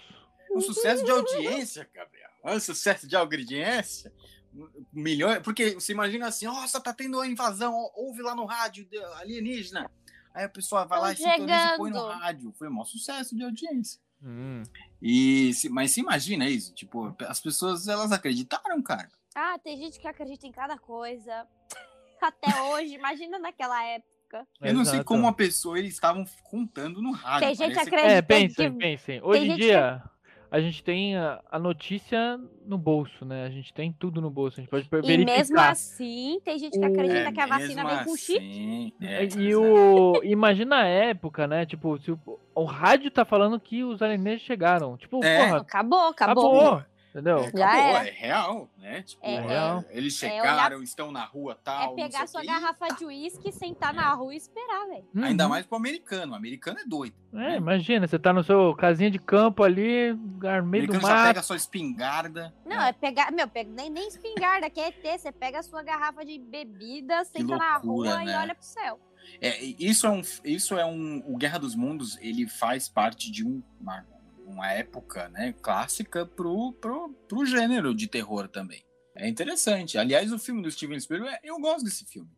Speaker 3: Um sucesso de audiência, Gabriel. É um sucesso de audiência. Um Milhões. Porque você imagina assim, nossa, tá tendo uma invasão, ó, ouve lá no rádio de- alienígena. Aí a pessoa vai lá e
Speaker 1: Tão
Speaker 3: sintoniza e põe no
Speaker 1: chegando.
Speaker 3: rádio. Foi um maior sucesso de audiência.
Speaker 2: Hum.
Speaker 3: E se- mas se imagina isso, tipo, as pessoas elas acreditaram, cara.
Speaker 1: Ah, tem gente que acredita em cada coisa. Até hoje, imagina naquela época.
Speaker 3: Eu não sei
Speaker 2: Exato.
Speaker 3: como a pessoa eles estavam contando no rádio.
Speaker 1: Tem gente
Speaker 3: parece-
Speaker 1: acreditando
Speaker 2: É,
Speaker 1: que
Speaker 2: pensem, pensem. Hoje em
Speaker 1: gente que-
Speaker 2: dia, a gente tem a, a notícia no bolso, né? A gente tem tudo no bolso. A gente pode ver-
Speaker 1: E
Speaker 2: verificar.
Speaker 1: mesmo assim, tem gente que
Speaker 2: O-
Speaker 1: acredita
Speaker 3: É,
Speaker 1: que a vacina
Speaker 3: mesmo
Speaker 1: vem com chip.
Speaker 3: assim, é,
Speaker 2: E o. Imagina a época, né? Tipo, se o, o rádio tá falando que os alienígenas chegaram. Tipo,
Speaker 3: É.
Speaker 2: porra,
Speaker 1: Acabou, acabou.
Speaker 2: acabou. Entendeu?
Speaker 3: É,
Speaker 1: Já
Speaker 3: acabou,
Speaker 1: era.
Speaker 3: é real, né? Tipo,
Speaker 1: É
Speaker 3: é,
Speaker 2: real.
Speaker 3: eles
Speaker 1: É
Speaker 3: chegaram, estão na rua tal.
Speaker 1: É
Speaker 3: não sei
Speaker 1: pegar
Speaker 3: o
Speaker 1: sua
Speaker 3: quê.
Speaker 1: garrafa de uísque, sentar na rua e esperar, velho.
Speaker 2: Uhum.
Speaker 3: Ainda mais pro americano. O americano é doido.
Speaker 2: É, imagina, você tá no seu casinha de campo ali, no
Speaker 3: o
Speaker 2: meio do
Speaker 3: americano só
Speaker 2: mato.
Speaker 3: pega sua espingarda. né.
Speaker 1: Não, é pegar. Meu, pega, nem, nem espingarda, que é ET. Você pega a sua garrafa de bebida, senta na
Speaker 3: loucura,
Speaker 1: rua e
Speaker 3: né?
Speaker 1: olha pro céu.
Speaker 3: É, e isso é um. Isso é um. O Guerra dos Mundos ele faz parte de um- uma, uma época, né, clássica pro, pro, pro gênero de terror também. É interessante. Aliás, o filme do Steven Spielberg, é- eu gosto desse filme.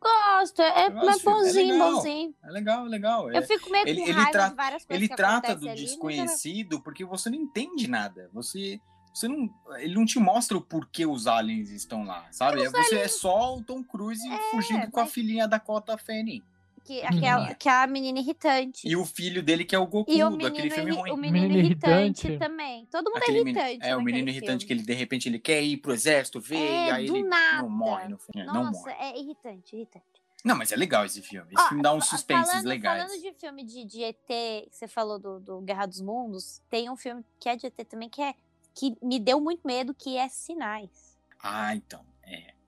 Speaker 1: Gosto, é,
Speaker 3: Eu gosto,
Speaker 1: é bonzinho,
Speaker 3: é legal.
Speaker 1: bonzinho.
Speaker 3: É legal, é legal. é-
Speaker 1: Eu fico meio com
Speaker 3: Ele- ele
Speaker 1: raiva
Speaker 3: tra-
Speaker 1: de várias coisas
Speaker 3: ele
Speaker 1: que
Speaker 3: trata
Speaker 1: acontecem
Speaker 3: do
Speaker 1: ali, né? mas é
Speaker 3: desconhecido porque você não entende nada. Você, você não, ele não te mostra o porquê os aliens estão lá, sabe? Você é só o Tom Cruise fugindo com a
Speaker 1: É, mas-
Speaker 3: filhinha da Cota Fanning
Speaker 1: ela- Que, aquela, aquela menina irritante.
Speaker 3: e o filho dele que é o Goku
Speaker 1: E o
Speaker 3: daquele
Speaker 1: menino,
Speaker 3: filme
Speaker 1: irri-
Speaker 3: ruim.
Speaker 1: o menino
Speaker 2: Menino
Speaker 1: irritante,
Speaker 2: irritante.
Speaker 1: também. Todo mundo
Speaker 3: Aquele
Speaker 1: é
Speaker 3: meni-
Speaker 1: irritante.
Speaker 3: é o
Speaker 1: naquele
Speaker 3: menino irritante que
Speaker 1: filme.
Speaker 3: ele de repente ele quer ir pro exército, vê e
Speaker 1: É,
Speaker 3: aí
Speaker 1: do
Speaker 3: ele
Speaker 1: nada.
Speaker 3: não morre no filme. É, Não
Speaker 1: Nossa,
Speaker 3: morre.
Speaker 1: é irritante, irritante.
Speaker 3: Não, mas é legal esse filme. Esse
Speaker 1: Ó,
Speaker 3: filme dá uns
Speaker 1: fa-
Speaker 3: suspenses
Speaker 1: falando,
Speaker 3: legais.
Speaker 1: Falando de filme de, de ET, que você falou do, do Guerra dos Mundos, tem um filme que é de ET também que, é, que me deu muito medo, que é Sinais.
Speaker 3: Ah, então. é.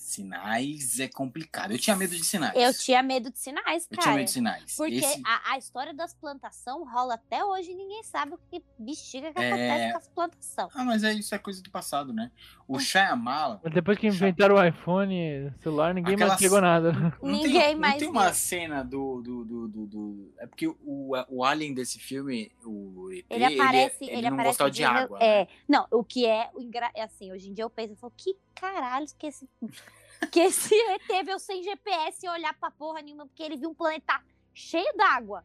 Speaker 3: Sinais é complicado. Eu tinha medo de sinais.
Speaker 1: Eu tinha medo de Sinais,
Speaker 3: Eu
Speaker 1: cara.
Speaker 3: tinha medo de sinais.
Speaker 1: Porque
Speaker 3: Esse-
Speaker 1: a, a história das plantação rola até hoje e ninguém sabe o que bexiga que
Speaker 3: É.
Speaker 1: acontece com as plantação.
Speaker 3: Ah, mas é, isso é coisa do passado, né? O Shyamala...
Speaker 2: Mas depois que inventaram o iPhone, celular, ninguém
Speaker 3: Aquela
Speaker 2: mais pegou nada.
Speaker 3: não tem-
Speaker 1: Ninguém
Speaker 3: não
Speaker 1: mais
Speaker 3: tem
Speaker 1: viu.
Speaker 3: uma cena do... do, do, do- do- É porque o, o alien desse filme, o ET,
Speaker 1: Ele aparece, ele,
Speaker 3: ele, não
Speaker 1: aparece
Speaker 3: gostava de
Speaker 1: horrível.
Speaker 3: água.
Speaker 1: É,
Speaker 3: né?
Speaker 1: não, o que é, o engra- é assim, hoje em dia eu penso, eu falo, que caralho que esse que esse ET veio sem GPS e olhar pra porra nenhuma, porque ele viu um planeta cheio d'água.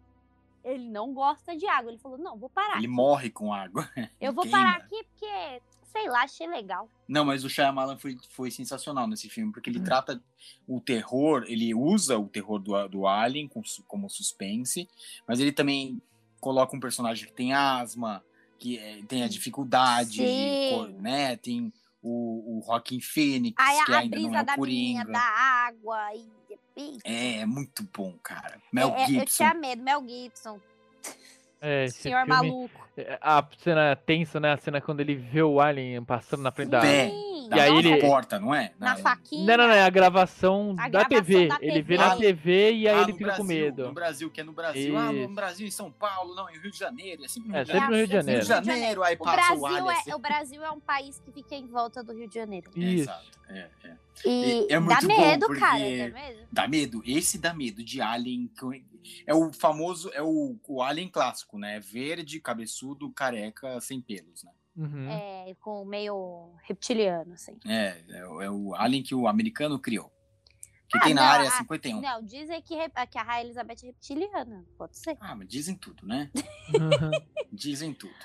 Speaker 1: Ele não gosta de água. Ele falou: "Não, vou parar.
Speaker 3: Ele morre com água.
Speaker 1: eu vou
Speaker 3: queima.
Speaker 1: parar aqui porque sei lá, achei legal.
Speaker 3: Não, mas o Shyamalan foi, foi sensacional nesse filme, porque
Speaker 2: É.
Speaker 3: ele trata o terror, ele usa o terror do, do Alien com su- como suspense, mas ele também coloca um personagem que tem asma, que é- tem a dificuldade, de
Speaker 1: Sim.
Speaker 3: cor- né? Tem o, o Rockin' Phoenix,
Speaker 1: Aí
Speaker 3: que
Speaker 1: a, a
Speaker 3: ainda não
Speaker 1: brisa
Speaker 3: é
Speaker 1: da
Speaker 3: o
Speaker 1: tá? menina,
Speaker 3: Coringa.
Speaker 1: da água e e-
Speaker 3: É, é muito bom, cara. Mel
Speaker 1: é, é, eu
Speaker 3: Gibson.
Speaker 1: tinha medo, Mel Gibson,
Speaker 2: É, esse
Speaker 1: senhor
Speaker 2: filme-
Speaker 1: maluco.
Speaker 2: é, A cena tensa, né? A cena quando ele vê o Alien passando na frente da.
Speaker 3: Bem,
Speaker 1: Sim,
Speaker 2: E aí
Speaker 3: Tá na
Speaker 1: nossa,
Speaker 2: ele-
Speaker 3: porta, não é?
Speaker 1: na faquinha.
Speaker 2: Não, não, não, é a gravação,
Speaker 1: A
Speaker 2: da,
Speaker 1: gravação
Speaker 2: TV.
Speaker 1: da
Speaker 2: Ele
Speaker 1: TV.
Speaker 2: vê na
Speaker 3: Ah,
Speaker 2: TV e aí
Speaker 3: Ah,
Speaker 2: ele
Speaker 3: no
Speaker 2: fica
Speaker 3: Brasil,
Speaker 2: com medo.
Speaker 3: No Brasil, que é no Brasil. Ah, no
Speaker 2: Isso.
Speaker 3: Brasil, em São Paulo, não, em Rio de Janeiro. É sempre no
Speaker 2: É,
Speaker 3: Rio de
Speaker 2: sempre no Rio de
Speaker 3: Janeiro.
Speaker 1: né?
Speaker 2: Janeiro.
Speaker 3: Rio de Janeiro, aí
Speaker 1: O
Speaker 3: passa o
Speaker 1: Brasil,
Speaker 3: Alien. assim.
Speaker 1: é, o Brasil é um país que fica em volta do Rio de Janeiro.
Speaker 3: É,
Speaker 2: Isso.
Speaker 3: Exato. É, é.
Speaker 1: E
Speaker 3: E é
Speaker 1: dá
Speaker 3: muito bom,
Speaker 1: medo,
Speaker 3: porque-
Speaker 1: cara, dá medo.
Speaker 3: Dá medo? Esse dá medo de Alien. É o famoso, é o, o Alien clássico, né? Verde, cabeçudo, careca, sem pelos, né?
Speaker 2: Uhum.
Speaker 1: É, com meio reptiliano, assim.
Speaker 3: É, é, o- é o Alien que o americano criou. Que
Speaker 1: Ah,
Speaker 3: tem na
Speaker 1: não,
Speaker 3: área
Speaker 1: ah,
Speaker 3: 51.
Speaker 1: Não, dizem que, re- que a Raia Elizabeth é reptiliana, pode ser.
Speaker 3: Ah, mas dizem tudo, né? Dizem tudo.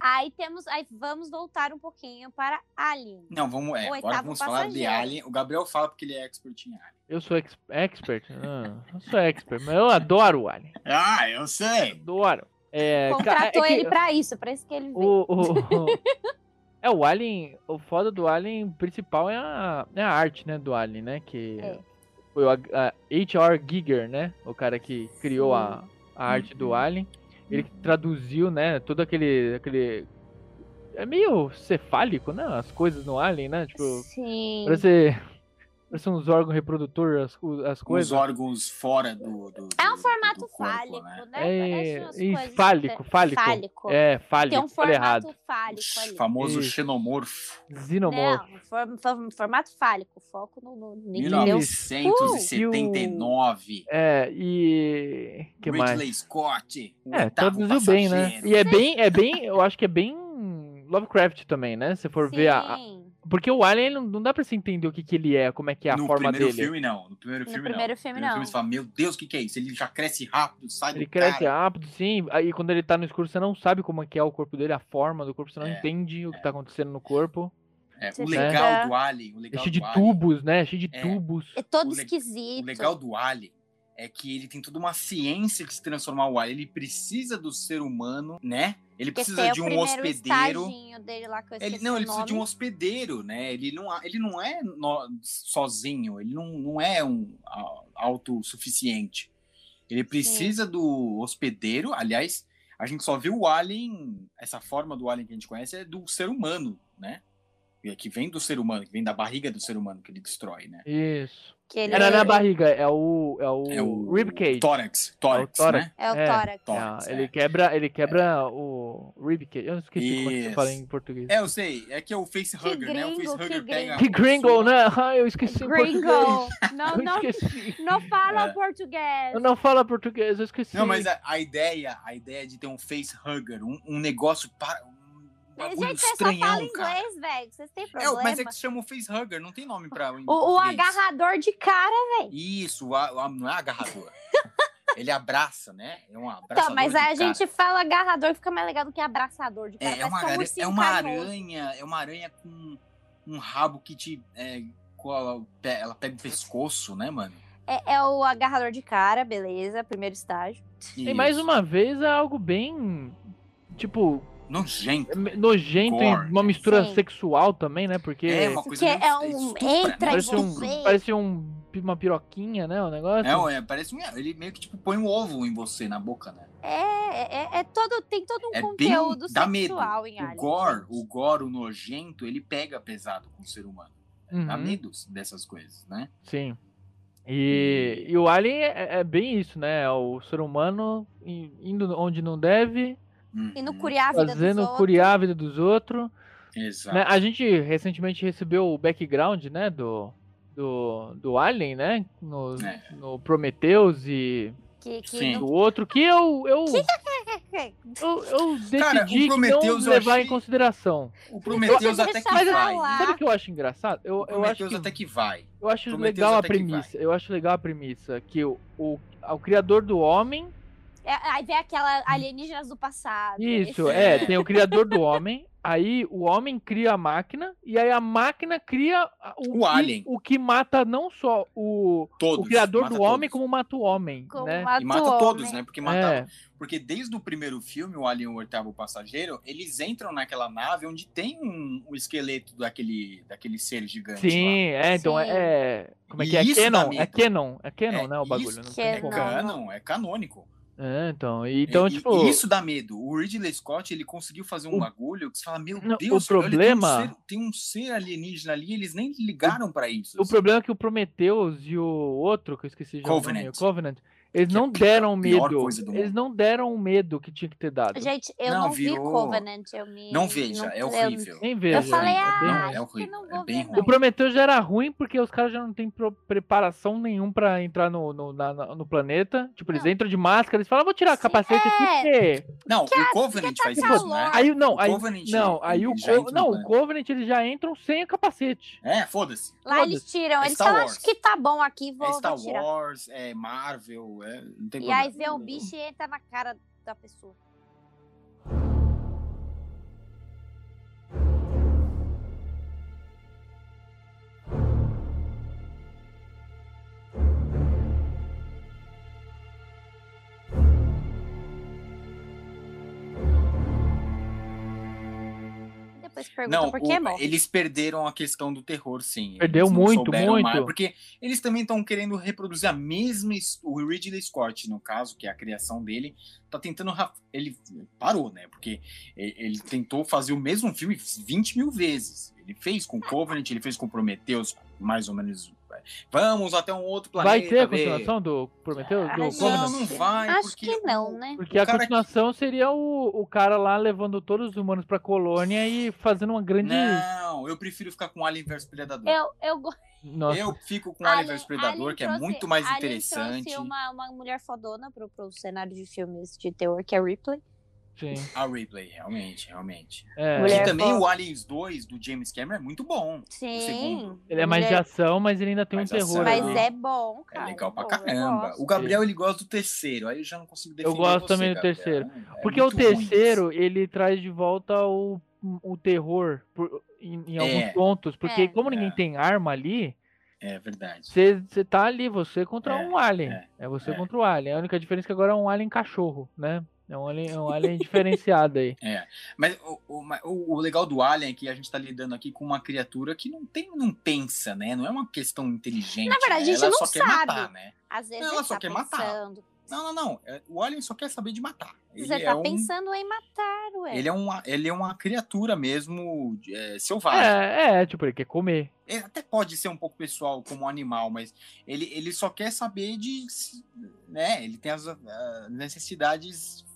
Speaker 1: Aí temos, aí vamos voltar um pouquinho para Alien.
Speaker 3: Não, vamos. É,
Speaker 1: O
Speaker 3: agora
Speaker 1: oitavo
Speaker 3: vamos falar de
Speaker 1: passageiro.
Speaker 3: Alien. O Gabriel fala porque ele é expert em Alien.
Speaker 2: Eu sou ex- expert. Ah, eu sou expert, mas eu adoro o Alien.
Speaker 3: Ah, eu sei!
Speaker 2: Adoro. É, ca-
Speaker 1: Contratou
Speaker 2: é que
Speaker 1: ele pra isso, pra isso que ele veio.
Speaker 2: o- o- o- É, o Alien. O foda do Alien principal é a, é a arte, né? Do Alien, né? Que
Speaker 1: É.
Speaker 2: foi o a- a H.R. Giger, né? O cara que criou a, a arte do
Speaker 3: Uhum.
Speaker 2: Alien. Ele que traduziu, né? Todo aquele. aquele... É meio cefálico, né? As coisas no Alien, né? Tipo,
Speaker 1: Sim.
Speaker 2: Parece, parece uns órgãos reprodutores, as, co- as
Speaker 3: com os
Speaker 2: coisas.
Speaker 3: órgãos fora do. do-
Speaker 1: É um
Speaker 3: do-
Speaker 1: formato
Speaker 3: do corpo,
Speaker 1: fálico,
Speaker 3: né?
Speaker 1: né? Parece
Speaker 2: É,
Speaker 1: umas
Speaker 2: e
Speaker 1: coisas-
Speaker 2: fálico, fálico. É,
Speaker 1: Tem
Speaker 2: fálico,
Speaker 1: um
Speaker 2: falei
Speaker 1: formato né?
Speaker 2: errado.
Speaker 1: fálico ali.
Speaker 3: O famoso
Speaker 2: Isso.
Speaker 3: xenomorfo.
Speaker 2: Xenomorfo.
Speaker 1: Não, um for- for- formato fálico, foco no, no entendeu?
Speaker 3: 1979.
Speaker 2: É, e. que mais?
Speaker 3: Ridley Scott. o
Speaker 2: É,
Speaker 3: oitavo
Speaker 2: traduziu bem, né?
Speaker 3: passageiro.
Speaker 2: E é bem, é bem, eu acho que é bem Lovecraft também, né? Se for ver a,
Speaker 1: Sim.
Speaker 2: Porque o Alien ele não, não dá pra você entender o que, que ele é, como é que é a
Speaker 3: no
Speaker 2: forma
Speaker 3: primeiro
Speaker 2: dele.
Speaker 3: filme, não. No primeiro
Speaker 1: No
Speaker 3: filme,
Speaker 1: primeiro
Speaker 3: não.
Speaker 1: filme,
Speaker 3: No primeiro
Speaker 1: não.
Speaker 3: filme, você fala, meu Deus, o que, que é isso? Ele já cresce rápido, sai
Speaker 2: Ele
Speaker 3: do
Speaker 2: cresce
Speaker 3: cara.
Speaker 2: rápido, sim. Aí quando ele tá no escuro, você não sabe como é que é o corpo dele, a forma do corpo, você não
Speaker 3: É,
Speaker 2: entende o que tá acontecendo no corpo.
Speaker 3: É,
Speaker 1: Você
Speaker 3: o legal
Speaker 1: fica-
Speaker 3: do Alien, o
Speaker 2: É
Speaker 3: legal
Speaker 2: cheio
Speaker 3: do
Speaker 2: de
Speaker 3: Alien,
Speaker 2: tubos, né? É cheio de
Speaker 3: É.
Speaker 2: tubos.
Speaker 1: É todo
Speaker 3: O le-
Speaker 1: esquisito.
Speaker 3: o legal do Alien é que ele tem toda uma ciência de se transformar o Alien. Ele precisa do ser humano, né? Ele
Speaker 1: Porque
Speaker 3: precisa
Speaker 1: tem
Speaker 3: de
Speaker 1: o
Speaker 3: um
Speaker 1: primeiro
Speaker 3: hospedeiro.
Speaker 1: estágio dele lá que eu
Speaker 3: Ele,
Speaker 1: esqueci
Speaker 3: não,
Speaker 1: o
Speaker 3: ele precisa de um
Speaker 1: nome.
Speaker 3: hospedeiro, né? Ele não, ele não é no- sozinho, ele não, não é um a- autossuficiente. Ele precisa do hospedeiro, aliás, a gente só viu o alien, essa forma do alien que a gente conhece é do ser humano, né? E é Que vem do ser humano, que vem da barriga do ser humano que ele destrói, né?
Speaker 2: Isso.
Speaker 1: que ele-
Speaker 2: Era na barriga, é o. É o,
Speaker 3: É o
Speaker 2: ribcage.
Speaker 3: tórax, tórax,
Speaker 2: É o
Speaker 3: né?
Speaker 1: É o
Speaker 2: É.
Speaker 1: tórax.
Speaker 3: Tó-
Speaker 2: Ah,
Speaker 3: tórax,
Speaker 2: ele
Speaker 3: é.
Speaker 2: quebra, ele quebra o ribcage. Eu não esqueci como é que
Speaker 3: Isso.
Speaker 2: fala em português.
Speaker 3: É, eu sei, é que é o facehugger, né? O
Speaker 1: gringo,
Speaker 3: facehugger
Speaker 1: que
Speaker 3: pega...
Speaker 2: Que
Speaker 3: a
Speaker 2: gringo,
Speaker 3: pessoa-
Speaker 2: né? Ah, eu esqueci em português.
Speaker 1: Gringo! Não,
Speaker 2: Eu
Speaker 1: não,
Speaker 2: esqueci.
Speaker 1: não fala
Speaker 3: É.
Speaker 1: português.
Speaker 2: Eu não falo português, eu esqueci.
Speaker 1: Hum.
Speaker 3: Não, mas a, a ideia, a ideia de ter um facehugger, um, um negócio para um
Speaker 1: Gente,
Speaker 3: bagulho
Speaker 1: vocês é só falam
Speaker 3: estranhão, cara.
Speaker 1: inglês, velho. Vocês têm
Speaker 3: É,
Speaker 1: problema.
Speaker 3: mas é que se chama o facehugger, não tem nome para
Speaker 1: o, o agarrador de cara.
Speaker 3: Isso, a- a- não é agarrador. Ele abraça, né? É um abraço.
Speaker 1: Tá, mas aí a gente fala agarrador, fica mais legal do que abraçador de cara.
Speaker 3: É,
Speaker 1: Parece
Speaker 3: é uma,
Speaker 1: que um
Speaker 3: aranha,
Speaker 1: ursinho
Speaker 3: é uma
Speaker 1: carinhoso.
Speaker 3: aranha, é uma aranha com um rabo que te. é, com a- pe- ela pega o pescoço, né, mano?
Speaker 1: É, é o agarrador de cara, beleza, primeiro estágio.
Speaker 2: E mais
Speaker 3: assim, Isso.
Speaker 2: uma vez é algo bem. Tipo,
Speaker 3: Nojento.
Speaker 2: me- nojento
Speaker 3: Gore.
Speaker 2: e uma mistura
Speaker 1: Sim.
Speaker 2: sexual também, né? Porque
Speaker 3: É, uma coisa
Speaker 1: Porque
Speaker 3: meio
Speaker 1: é um.
Speaker 3: estupra,
Speaker 1: Entra
Speaker 3: né?
Speaker 1: e
Speaker 2: parece, um,
Speaker 1: você.
Speaker 2: parece um- uma piroquinha, né? O negócio.
Speaker 3: Não, é, parece um. Ele meio que tipo, põe um ovo em você na boca, né?
Speaker 1: É, é, é todo, tem todo um
Speaker 3: É bem-
Speaker 1: conteúdo
Speaker 3: dá medo.
Speaker 1: sexual em
Speaker 3: O
Speaker 1: Alien.
Speaker 3: gore,
Speaker 1: gente.
Speaker 3: o gore, o nojento, ele pega pesado com o ser humano.
Speaker 2: Uhum,
Speaker 3: Dá medo dessas coisas, né?
Speaker 2: Sim. E, e o Alien é, é bem isso, né? É O ser humano in- indo onde não deve,
Speaker 1: E no
Speaker 3: Uhum.
Speaker 1: curiar a vida
Speaker 2: fazendo
Speaker 1: dos outros.
Speaker 2: curiar a vida dos outros.
Speaker 3: Exato.
Speaker 2: né? A gente recentemente recebeu o background, né, do, do, do Alien, né, no,
Speaker 3: É.
Speaker 2: no Prometheus e
Speaker 1: Que, que
Speaker 3: Sim.
Speaker 1: não...
Speaker 2: do outro, que eu, eu, eu, eu decidi
Speaker 3: Cara, o
Speaker 2: que
Speaker 3: Prometheus
Speaker 2: não
Speaker 3: eu
Speaker 2: levar em
Speaker 3: achei-
Speaker 2: consideração.
Speaker 3: O Prometheus
Speaker 1: Deixa
Speaker 3: até que
Speaker 1: pra
Speaker 3: vai.
Speaker 1: lá.
Speaker 3: né?
Speaker 2: Sabe o que eu acho engraçado? Eu,
Speaker 3: O
Speaker 2: eu acho,
Speaker 3: Prometheus
Speaker 2: que,
Speaker 3: até que vai.
Speaker 2: eu acho
Speaker 3: Prometheus
Speaker 2: legal a
Speaker 3: até que
Speaker 2: premissa, eu acho legal a premissa, que o, o, o criador do homem
Speaker 1: É, aí vem aquela alienígenas do passado. Esse-
Speaker 2: Isso, é,
Speaker 3: É.
Speaker 2: tem o criador do homem, aí o homem cria a máquina, e aí a máquina cria a-
Speaker 3: O
Speaker 2: que,
Speaker 3: alien.
Speaker 2: O que mata não só o,
Speaker 3: Todos.
Speaker 2: o criador
Speaker 3: mata
Speaker 2: do homem,
Speaker 3: todos.
Speaker 2: como mata o homem.
Speaker 1: Como
Speaker 2: né?
Speaker 1: mata
Speaker 3: E
Speaker 1: o
Speaker 3: mata
Speaker 1: homem.
Speaker 3: todos, né? Porque mata.
Speaker 2: É,
Speaker 3: Porque desde o primeiro filme, o Alien e o Oitavo Passageiro, eles entram naquela nave onde tem um, o esqueleto daquele, daquele ser gigante lá.
Speaker 2: sim, é, então é-
Speaker 1: Sim.
Speaker 2: é. Como é
Speaker 3: E
Speaker 2: que é?
Speaker 3: isso dá
Speaker 2: Canon? É
Speaker 3: medo.
Speaker 2: Canon, é Canon,
Speaker 3: É
Speaker 2: né? O bagulho.
Speaker 3: isso
Speaker 2: não
Speaker 1: que
Speaker 2: tem
Speaker 1: é
Speaker 2: como.
Speaker 1: não.
Speaker 3: canon, é canônico.
Speaker 2: É, então, e- então
Speaker 3: E- e-
Speaker 2: tipo.
Speaker 3: e isso dá medo. O Ridley Scott, ele conseguiu fazer um
Speaker 2: O-
Speaker 3: bagulho que você fala, meu
Speaker 2: Não, o
Speaker 3: Deus, olha,
Speaker 2: problema-
Speaker 3: tem, um ser, tem um ser alienígena ali, eles nem ligaram pra isso.
Speaker 2: O problema é que o Prometheus e o outro, que eu esqueci já o nome,
Speaker 3: Covenant.
Speaker 2: o Covenant, eles
Speaker 3: Que é
Speaker 2: não
Speaker 3: a
Speaker 2: deram
Speaker 3: pior
Speaker 2: medo.
Speaker 3: coisa do
Speaker 2: Eles
Speaker 3: mundo.
Speaker 2: não deram o medo que tinha que ter dado.
Speaker 1: Gente, eu não,
Speaker 3: né? Não,
Speaker 1: vi
Speaker 3: virou-
Speaker 1: Covenant. Eu me...
Speaker 3: Não veja, é
Speaker 1: eu-
Speaker 3: horrível.
Speaker 2: Nem vejo.
Speaker 1: Eu falei,
Speaker 2: é bem
Speaker 1: ah,
Speaker 2: ruim.
Speaker 1: acho que não vou
Speaker 3: é bem
Speaker 1: ver,
Speaker 3: ruim.
Speaker 2: O Prometheus já era ruim porque os caras já não têm pro- preparação nenhum pra entrar no, no, na- na- no planeta. Tipo, eles
Speaker 1: Não.
Speaker 2: entram de máscara, eles falam, "Ah, vou tirar o
Speaker 1: Sim, é.
Speaker 2: capacete aqui porque...
Speaker 3: Não, o
Speaker 1: assim,
Speaker 3: Covenant faz
Speaker 1: calor.
Speaker 3: isso, né?
Speaker 2: Aí, não,
Speaker 3: o
Speaker 2: aí,
Speaker 3: Covenant, é
Speaker 2: não,
Speaker 3: ele-
Speaker 2: aí o,
Speaker 3: ele já
Speaker 2: Co-
Speaker 3: entra no
Speaker 2: não, o
Speaker 3: planeta.
Speaker 2: Covenant eles já entram sem o capacete.
Speaker 3: É, foda-se.
Speaker 1: Lá eles tiram,
Speaker 3: É
Speaker 1: eles
Speaker 3: Star
Speaker 1: falam,
Speaker 3: Wars.
Speaker 1: acho que tá bom aqui, vou,
Speaker 3: É Star
Speaker 1: vou tirar.
Speaker 3: Wars, é Marvel, é, não tem
Speaker 1: E
Speaker 3: problema.
Speaker 1: aí vê o bicho e entra na cara da pessoa. E Depois pergunta
Speaker 3: Não,
Speaker 1: por que é
Speaker 3: o-
Speaker 1: bom.
Speaker 3: eles perderam a questão do terror, sim.
Speaker 2: Perdeu
Speaker 3: Eles não
Speaker 2: muito,
Speaker 3: souberam
Speaker 2: muito.
Speaker 3: mais, porque eles também estão querendo reproduzir a mesma. his- O Ridley Scott, no caso, que é a criação dele, tá tentando. ra- Ele parou, né? Porque e- ele tentou fazer o mesmo filme 20 mil vezes. Ele fez com Covenant, ele fez com Prometheus, mais ou menos. é, Vamos até um outro planeta.
Speaker 2: Vai ter a
Speaker 3: ver.
Speaker 2: continuação do Prometheus?
Speaker 1: Ah,
Speaker 2: do
Speaker 1: gente.
Speaker 3: Não,
Speaker 2: Covenant?
Speaker 3: não vai.
Speaker 1: Acho
Speaker 3: porque
Speaker 1: que não, né?
Speaker 2: Porque
Speaker 3: O
Speaker 2: a
Speaker 3: cara que-
Speaker 2: continuação seria o, o cara lá levando todos os humanos pra colônia e fazendo uma grande.
Speaker 3: Não, eu prefiro ficar com Alien vs Predador.
Speaker 1: Eu, eu go-
Speaker 2: Nossa.
Speaker 3: Eu fico com Alien
Speaker 1: Alien-
Speaker 3: vs Predador,
Speaker 1: Alien
Speaker 3: que é
Speaker 1: trouxe-
Speaker 3: muito mais
Speaker 1: Alien
Speaker 3: interessante.
Speaker 1: trouxe uma, uma mulher fodona pro, pro cenário de filmes de terror, que é Ripley.
Speaker 2: Sim.
Speaker 3: A Ripley, realmente, realmente.
Speaker 2: É,
Speaker 1: Mulher
Speaker 3: e também
Speaker 1: foda.
Speaker 3: o Aliens 2 do James Cameron é muito bom.
Speaker 1: Sim.
Speaker 3: segundo.
Speaker 2: ele é mais de
Speaker 1: Mulher-
Speaker 2: ação, mas ele ainda tem um
Speaker 3: Mais
Speaker 2: terror.
Speaker 3: ação, né?
Speaker 1: Mas
Speaker 2: ali.
Speaker 1: é bom,
Speaker 3: É
Speaker 1: cara.
Speaker 3: legal pra
Speaker 1: bom, eu
Speaker 3: caramba.
Speaker 1: gosto.
Speaker 3: O Gabriel ele gosta do terceiro, aí eu já não consigo defender.
Speaker 2: gosto
Speaker 3: você,
Speaker 2: também do
Speaker 3: Gabriel.
Speaker 2: terceiro.
Speaker 3: É
Speaker 2: Porque o
Speaker 3: muito ruim.
Speaker 2: terceiro, ele traz de volta o, o terror por- em, em alguns
Speaker 3: É.
Speaker 2: pontos. Porque
Speaker 1: É.
Speaker 2: como ninguém
Speaker 3: É.
Speaker 2: tem arma ali,
Speaker 3: É verdade.
Speaker 2: você você tá ali, você contra
Speaker 3: É,
Speaker 2: um alien.
Speaker 3: é,
Speaker 2: É, você
Speaker 3: é.
Speaker 2: contra o alien. A única diferença é que agora é um alien cachorro, né? É um alien, é um alien diferenciado aí.
Speaker 3: Mas o, o, mas o- o legal do Alien é que a gente tá lidando aqui com uma criatura que não tem, não pensa, né? Não é uma questão inteligente.
Speaker 1: Na verdade, a
Speaker 3: né?
Speaker 1: gente
Speaker 3: ela
Speaker 1: não
Speaker 3: só quer
Speaker 1: sabe.
Speaker 3: matar, né?
Speaker 1: Às vezes
Speaker 3: Não,
Speaker 1: ele
Speaker 3: ela só
Speaker 1: tá
Speaker 3: quer matar.
Speaker 1: pensando.
Speaker 3: Não, não, não. É, O Alien só quer saber de matar. Ele
Speaker 1: Você
Speaker 3: é
Speaker 1: tá
Speaker 3: um-
Speaker 1: pensando em matar, ué.
Speaker 3: Ele é, uma, ele é uma criatura mesmo é, selvagem.
Speaker 2: É, é, tipo, ele quer comer.
Speaker 3: Ele até pode ser um pouco pessoal como um animal, mas ele, ele só quer saber de. se- Né? Ele tem as ah, necessidades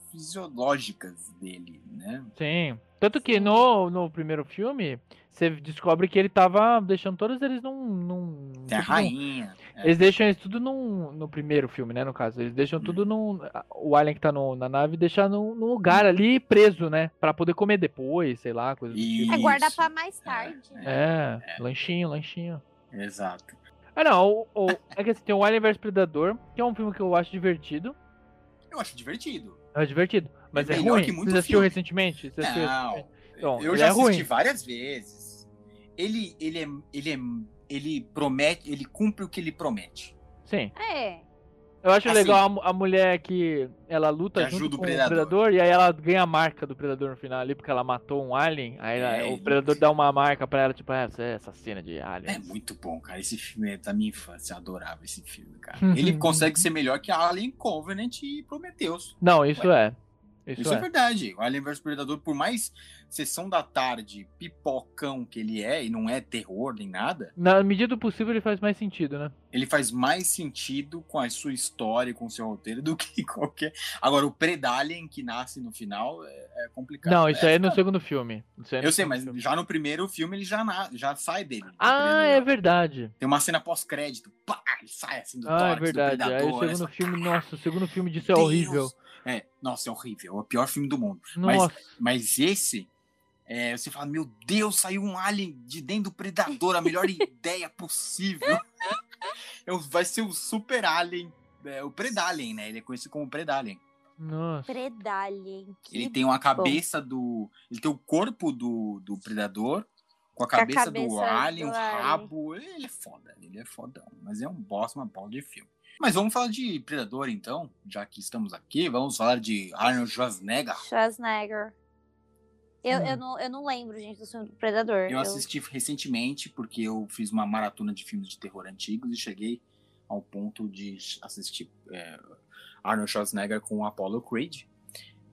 Speaker 3: fisiológicas dele, né?
Speaker 2: Sim. Tanto que
Speaker 1: Sim.
Speaker 2: no, no primeiro filme, você descobre que ele tava deixando todos eles num. num
Speaker 3: Tem a
Speaker 2: tipo, num-
Speaker 3: rainha. é.
Speaker 2: Eles deixam isso tudo num, no primeiro filme, né? No caso, eles deixam
Speaker 3: Hum.
Speaker 2: tudo num. a- O alien que tá no- na nave deixa num, num lugar ali preso, né? Pra poder comer depois, sei lá, coisa do tipo.
Speaker 1: É guardar
Speaker 3: um Isso.
Speaker 1: pra mais tarde.
Speaker 2: É, lanchinho, lanchinho.
Speaker 3: Exato.
Speaker 2: Ah, não, o, o- é que assim, tem o Alien vs Predador, que é um filme que eu acho divertido.
Speaker 3: Eu acho divertido.
Speaker 2: É divertido, mas é,
Speaker 3: melhor
Speaker 2: ruim.
Speaker 3: que muito
Speaker 2: Você assistiu
Speaker 3: filme.
Speaker 2: recentemente? Você assistiu
Speaker 3: Não.
Speaker 2: recentemente? Então,
Speaker 3: eu
Speaker 2: ele
Speaker 3: já
Speaker 2: é
Speaker 3: assisti
Speaker 2: ruim.
Speaker 3: várias vezes. Ele, ele, é, ele, é, ele promete, ele cumpre o que ele promete.
Speaker 2: Sim.
Speaker 1: É.
Speaker 2: Eu acho
Speaker 3: Assim,
Speaker 2: legal a mu- a, mulher que ela luta
Speaker 3: que ajuda
Speaker 2: junto
Speaker 3: o
Speaker 2: com
Speaker 3: predador.
Speaker 2: o predador e aí ela ganha a marca do predador no final ali porque ela matou um alien. Aí ela-
Speaker 3: É,
Speaker 2: o
Speaker 3: ele-
Speaker 2: predador dá uma marca pra ela, tipo, ah, você é assassina de alien.
Speaker 3: É muito bom, cara. Esse filme é da minha infância. Eu adorava esse filme, cara.
Speaker 2: Uhum.
Speaker 3: Ele consegue ser melhor que Alien Covenant e Prometheus.
Speaker 2: Não, isso é. Isso,
Speaker 3: Isso é
Speaker 2: é.
Speaker 3: verdade. O Alien vs Predador, por mais sessão da tarde, pipocão que ele é, e não é terror nem nada,
Speaker 2: Na medida do possível ele faz mais sentido, né?
Speaker 3: ele faz mais sentido com a sua história, e com o seu roteiro, do que qualquer. Agora, o Predalien que nasce no final é, é complicado.
Speaker 2: Não, isso
Speaker 3: É,
Speaker 2: aí é no segundo filme. Isso aí é no
Speaker 3: Eu sei,
Speaker 2: segundo
Speaker 3: mas
Speaker 2: filme.
Speaker 3: já no primeiro filme ele já, na- já sai dele. do
Speaker 2: Ah, é
Speaker 3: Predador.
Speaker 2: verdade.
Speaker 3: Tem uma cena pós-crédito. Pá, ele sai assim do
Speaker 2: Ah, é
Speaker 3: tórax
Speaker 2: verdade.
Speaker 3: do
Speaker 2: Aí
Speaker 3: Predador.
Speaker 2: o
Speaker 3: né?
Speaker 2: segundo filme, nossa, o segundo filme disso é
Speaker 3: Deus.
Speaker 2: horrível.
Speaker 3: É, nossa, é horrível. É o pior filme do mundo. Mas-
Speaker 2: Nossa.
Speaker 3: Mas esse, é, você fala, meu Deus, saiu um alien de dentro do Predador, a melhor ideia possível. É o- vai ser o super alien, é, o Predalien, né? Ele é conhecido como Predalien.
Speaker 2: Nossa.
Speaker 1: Predalhe. Que
Speaker 3: Ele tem uma cabeça do... Ele tem o corpo do, do Predador, com a
Speaker 1: a
Speaker 3: cabeça, do
Speaker 1: cabeça
Speaker 3: alien,
Speaker 1: do
Speaker 3: o
Speaker 1: alien.
Speaker 3: rabo. Ele é foda, ele é fodão. Mas é um boss, uma bola de filme. Mas vamos falar de Predador, então, já que estamos aqui. Vamos falar de Arnold Schwarzenegger.
Speaker 1: Schwarzenegger. Eu,
Speaker 2: Hum.
Speaker 1: eu, não, eu não lembro, gente, do filme do Predador.
Speaker 3: Eu assisti recentemente, porque eu fiz uma maratona de filmes de terror antigos e cheguei ao ponto de assistir é, Arnold Schwarzenegger com Apollo Creed.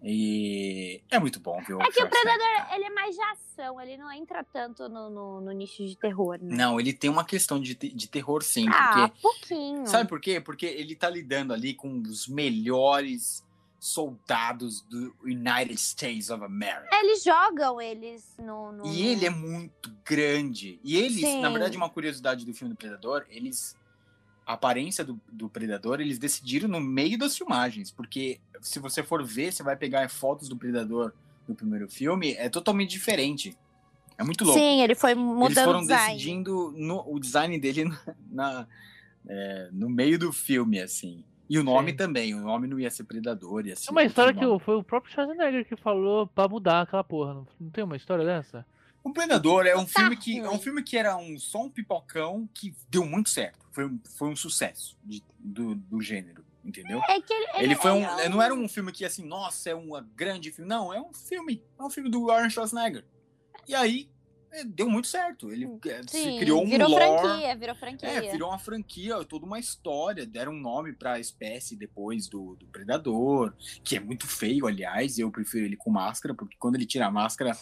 Speaker 3: E é muito bom ver o
Speaker 1: É que o
Speaker 3: Schwarzenegger,
Speaker 1: Predador,
Speaker 3: cara.
Speaker 1: ele é mais de ação. Ele não entra tanto no, no, no nicho de terror, né?
Speaker 3: Não, ele tem uma questão de, te- de terror sim,
Speaker 1: Ah,
Speaker 3: porque...
Speaker 1: pouquinho.
Speaker 3: Sabe por quê? Porque ele tá lidando ali com os melhores soldados do United States of America.
Speaker 1: É, Eles jogam eles no... no-
Speaker 3: E ele é muito grande. E eles, na
Speaker 1: Uhum. Sim.
Speaker 3: verdade, uma curiosidade do filme do Predador, eles. A aparência do, do Predador, eles decidiram no meio das filmagens. Porque se você for ver, você vai pegar fotos do Predador do primeiro filme, é totalmente diferente. É muito louco.
Speaker 1: Sim, ele foi
Speaker 3: eles
Speaker 1: mudando
Speaker 3: foram
Speaker 1: o design.
Speaker 3: decidindo no- o design dele na, na- é, no meio do filme, assim. E o nome
Speaker 2: Sim.
Speaker 3: também, o nome não ia ser Predador, ia ser.
Speaker 2: É uma história que
Speaker 3: o.
Speaker 2: o- foi o próprio Schwarzenegger que falou pra mudar aquela porra. Não, não tem uma história dessa?
Speaker 3: O Predador é um
Speaker 1: Tá
Speaker 3: filme que é um
Speaker 1: ruim.
Speaker 3: filme que era um só um pipocão que deu muito certo. Foi um, foi um sucesso de- do, do gênero, entendeu?
Speaker 1: É que ele, ele
Speaker 3: Ele foi um,
Speaker 1: é
Speaker 3: não era um filme que assim, nossa, é um grande filme. Não, é um filme, é um filme do Arnold Schwarzenegger. E aí é, deu muito certo. Ele é, se
Speaker 1: Sim,
Speaker 3: criou um
Speaker 1: virou
Speaker 3: lore.
Speaker 1: franquia, virou franquia.
Speaker 3: É, virou uma franquia, toda uma história. Deram um nome pra espécie depois do, do Predador, que é muito feio, aliás. Eu prefiro ele com máscara, porque quando ele tira a máscara,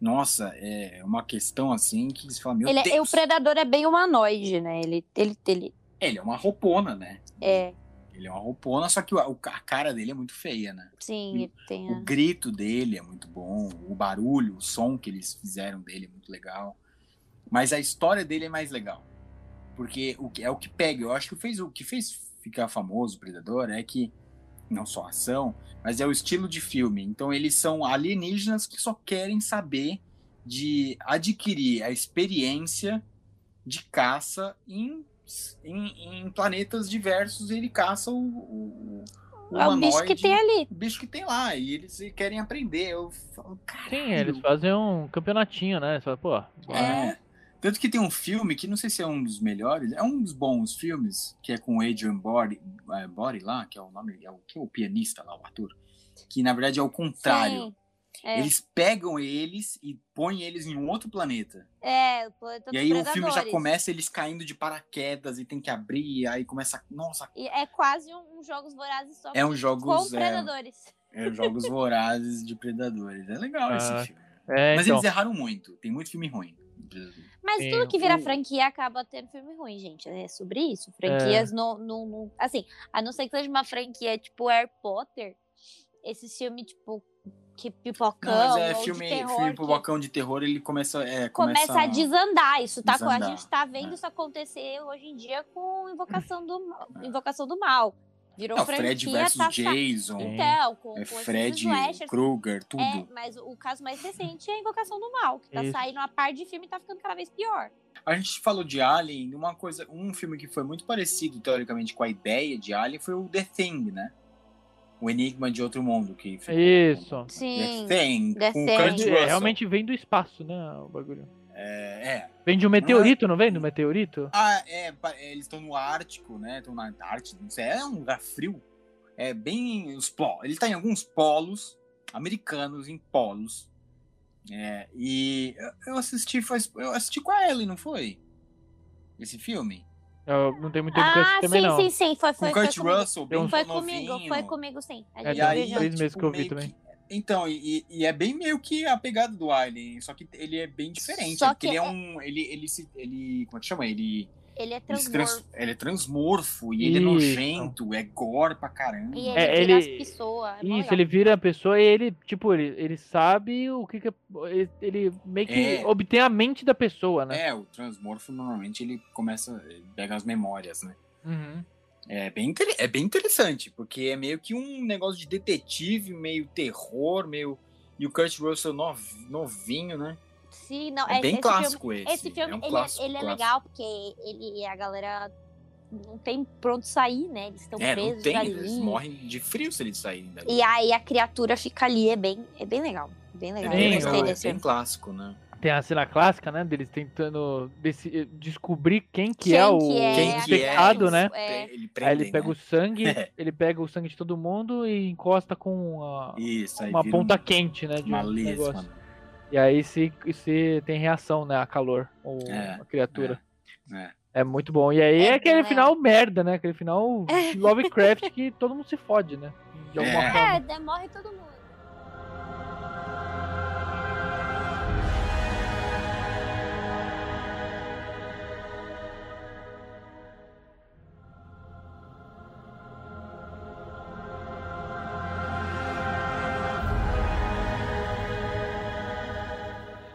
Speaker 3: nossa, é uma questão assim que você fala, meu
Speaker 1: Ele é- o
Speaker 3: Deus,
Speaker 1: predador é bem humanoide, né? Ele, ele, ele
Speaker 3: ele é uma roupona, né?
Speaker 1: é,
Speaker 3: Ele é uma roupona, só que o- o- a cara dele é muito feia, né?
Speaker 1: sim,
Speaker 3: Hum.
Speaker 1: ele tem.
Speaker 3: O
Speaker 1: a-
Speaker 3: grito dele é muito bom, o barulho, o som que eles fizeram dele é muito legal. Mas a história dele é mais legal. Porque o que é o que pega, eu acho que fez o que fez ficar famoso o Predador é que não só ação, mas é o estilo de filme. Então eles são alienígenas que só querem saber de adquirir a experiência de caça em, em, em planetas diversos. E ele caça o, o, o
Speaker 1: É o bicho que
Speaker 3: humanoide,
Speaker 1: tem ali.
Speaker 3: o bicho que tem lá e eles querem aprender. Eu falo, caralho.
Speaker 2: Sim, eles fazem um campeonatinho, né? Você fala, pô, vai.
Speaker 3: É. Tanto que tem um filme que não sei se é um dos melhores, é um dos bons filmes, que é com o Adrian Body, eh, Body lá, que é o nome, é o, que é o pianista lá, o ator. Que na verdade é o contrário.
Speaker 1: Sim. É,
Speaker 3: Eles pegam eles e põem eles em um outro planeta.
Speaker 1: é, o planeta
Speaker 3: e
Speaker 1: dos
Speaker 3: aí o filme já
Speaker 1: predadores.
Speaker 3: começa eles caindo de paraquedas e tem que abrir, aí começa. Nossa,
Speaker 1: E é quase um, um Jogos Vorazes só
Speaker 3: é um
Speaker 1: com
Speaker 3: jogos, é,
Speaker 1: predadores.
Speaker 3: é jogos vorazes de predadores. É legal
Speaker 2: Ah,
Speaker 3: esse filme.
Speaker 2: É,
Speaker 3: Mas
Speaker 2: então,
Speaker 3: eles erraram muito, tem muito filme ruim. de predador.
Speaker 1: Mas
Speaker 2: Sim,
Speaker 1: tudo que vira
Speaker 2: o-
Speaker 1: franquia acaba tendo filme ruim, gente. É sobre isso. Franquias não, não, não- Assim, a não ser que seja uma franquia tipo Harry Potter, esse filme, tipo, que pipocão.
Speaker 3: Não, mas é
Speaker 1: ou de
Speaker 3: filme,
Speaker 1: terror,
Speaker 3: filme pro
Speaker 1: que
Speaker 3: balcão de terror, ele começa. É,
Speaker 1: Começa a desandar isso, tá?
Speaker 3: desandar,
Speaker 1: a gente tá vendo
Speaker 3: é.
Speaker 1: isso acontecer hoje em dia com Invocação do, Mal- Invocação do Mal. Virou
Speaker 3: Não,
Speaker 1: franquia,
Speaker 3: É, Fred versus
Speaker 1: tá sa-
Speaker 3: Jason,
Speaker 2: Sim.
Speaker 1: Então, com,
Speaker 3: é
Speaker 1: com esses
Speaker 3: Fred
Speaker 1: slashers,
Speaker 3: Krueger, tudo.
Speaker 1: É, mas o caso mais recente é a Invocação do Mal, que tá
Speaker 2: Isso.
Speaker 1: saindo a par de filme e tá ficando cada vez pior.
Speaker 3: A gente falou de Alien, uma coisa, um filme que foi muito parecido, teoricamente, com a ideia de Alien foi o The Thing, né? O Enigma de Outro Mundo, que ficou-
Speaker 2: É isso.
Speaker 1: Sim.
Speaker 3: The Thing,
Speaker 1: The
Speaker 3: com
Speaker 1: Thing.
Speaker 3: o Kurt
Speaker 2: É,
Speaker 3: Russell.
Speaker 2: realmente vem do espaço, né? O bagulho.
Speaker 3: É, é.
Speaker 2: Vem de um meteorito, não vem do meteorito?
Speaker 3: Ah, é, pa- é, eles estão no Ártico, né? Estão na Antártida, não sei, é um lugar frio. É bem os polos. Ele tá em alguns polos americanos, em polos. É, e eu- eu assisti faz, eu assisti com a Ellie, não foi? Esse filme.
Speaker 2: Eu não tem muito tempo que eu
Speaker 1: Ah,
Speaker 2: assisti também,
Speaker 1: sim,
Speaker 2: não. um
Speaker 1: sim, sim. Foi,
Speaker 3: Com
Speaker 1: foi,
Speaker 3: o
Speaker 1: foi
Speaker 3: Kurt
Speaker 1: comigo.
Speaker 3: Russell, bem
Speaker 1: Foi
Speaker 3: novinho.
Speaker 1: comigo, foi comigo sim. A
Speaker 2: É,
Speaker 1: gente
Speaker 3: E
Speaker 1: viu
Speaker 2: tem
Speaker 3: aí,
Speaker 1: junto.
Speaker 2: três meses que eu vi
Speaker 3: meio
Speaker 2: também.
Speaker 3: Então, e, e é bem meio que a pegada do Alien, só que ele é bem diferente.
Speaker 1: Só
Speaker 3: é porque
Speaker 1: que
Speaker 3: ele é
Speaker 1: é-
Speaker 3: um. Ele, ele se. Ele. Como é que chama? Ele.
Speaker 1: Ele é
Speaker 3: Ele, se
Speaker 1: transmor.
Speaker 3: trans- ele é transmorfo e ele é
Speaker 2: Isso.
Speaker 3: nojento, é gore pra caramba.
Speaker 1: E ele
Speaker 2: É,
Speaker 1: tira
Speaker 2: ele-
Speaker 1: as pessoas. É mó
Speaker 2: Isso,
Speaker 1: legal.
Speaker 2: ele vira a pessoa e ele, tipo, ele, ele sabe o que que... é- Ele, ele meio que
Speaker 3: É.
Speaker 2: obtém a mente da pessoa, né?
Speaker 3: É, o transmorfo normalmente ele começa, ele pega as memórias, né?
Speaker 2: Uhum.
Speaker 3: É bem, inter- é bem interessante, porque é meio que um negócio de detetive, meio terror, meio. E o Kurt Russell nov- novinho, né?
Speaker 1: Sim, não,
Speaker 3: É,
Speaker 1: é,
Speaker 3: bem
Speaker 1: esse
Speaker 3: clássico esse.
Speaker 1: Filme, esse filme,
Speaker 3: é um
Speaker 1: ele, é-
Speaker 3: clássico,
Speaker 1: ele é
Speaker 3: clássico.
Speaker 1: legal, porque ele a galera não tem pronto sair, né? Eles estão
Speaker 3: É, não
Speaker 1: presos
Speaker 3: tem,
Speaker 1: ali.
Speaker 3: eles morrem de frio se eles saírem dali.
Speaker 1: E aí a criatura fica ali, é bem, é bem legal. Bem
Speaker 3: É
Speaker 1: legal.
Speaker 3: bem,
Speaker 1: eu
Speaker 2: Sim,
Speaker 1: gostei
Speaker 3: legal, é
Speaker 1: desse
Speaker 3: bem
Speaker 1: filme.
Speaker 3: clássico, né?
Speaker 2: Tem a cena clássica, né? Deles tentando deci- descobrir quem que é
Speaker 1: Quem
Speaker 2: o
Speaker 1: que é,
Speaker 3: Quem que é,
Speaker 2: pecado, né?
Speaker 1: É.
Speaker 3: Ele
Speaker 2: Aí ele
Speaker 3: prendem,
Speaker 2: pega
Speaker 3: né?
Speaker 2: o sangue,
Speaker 3: É.
Speaker 2: ele pega o sangue de todo mundo e encosta com a-
Speaker 3: Isso, aí
Speaker 2: uma
Speaker 3: vira um-
Speaker 2: ponta quente, né? De
Speaker 3: uma
Speaker 2: um
Speaker 3: lesma,
Speaker 2: negócio.
Speaker 3: né?
Speaker 2: E aí se, se tem reação, né? A calor, ou
Speaker 3: É,
Speaker 2: a criatura.
Speaker 3: é,
Speaker 2: É. muito bom. E aí é,
Speaker 1: É,
Speaker 2: aquele
Speaker 1: né?
Speaker 2: final merda, né? Aquele final Lovecraft que todo mundo se fode, né? De alguma
Speaker 3: É.
Speaker 2: forma.
Speaker 1: É, né, morre todo mundo.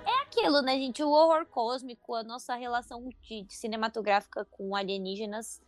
Speaker 1: É Aquilo, né, gente? O horror cósmico, a nossa relação de, de cinematográfica com alienígenas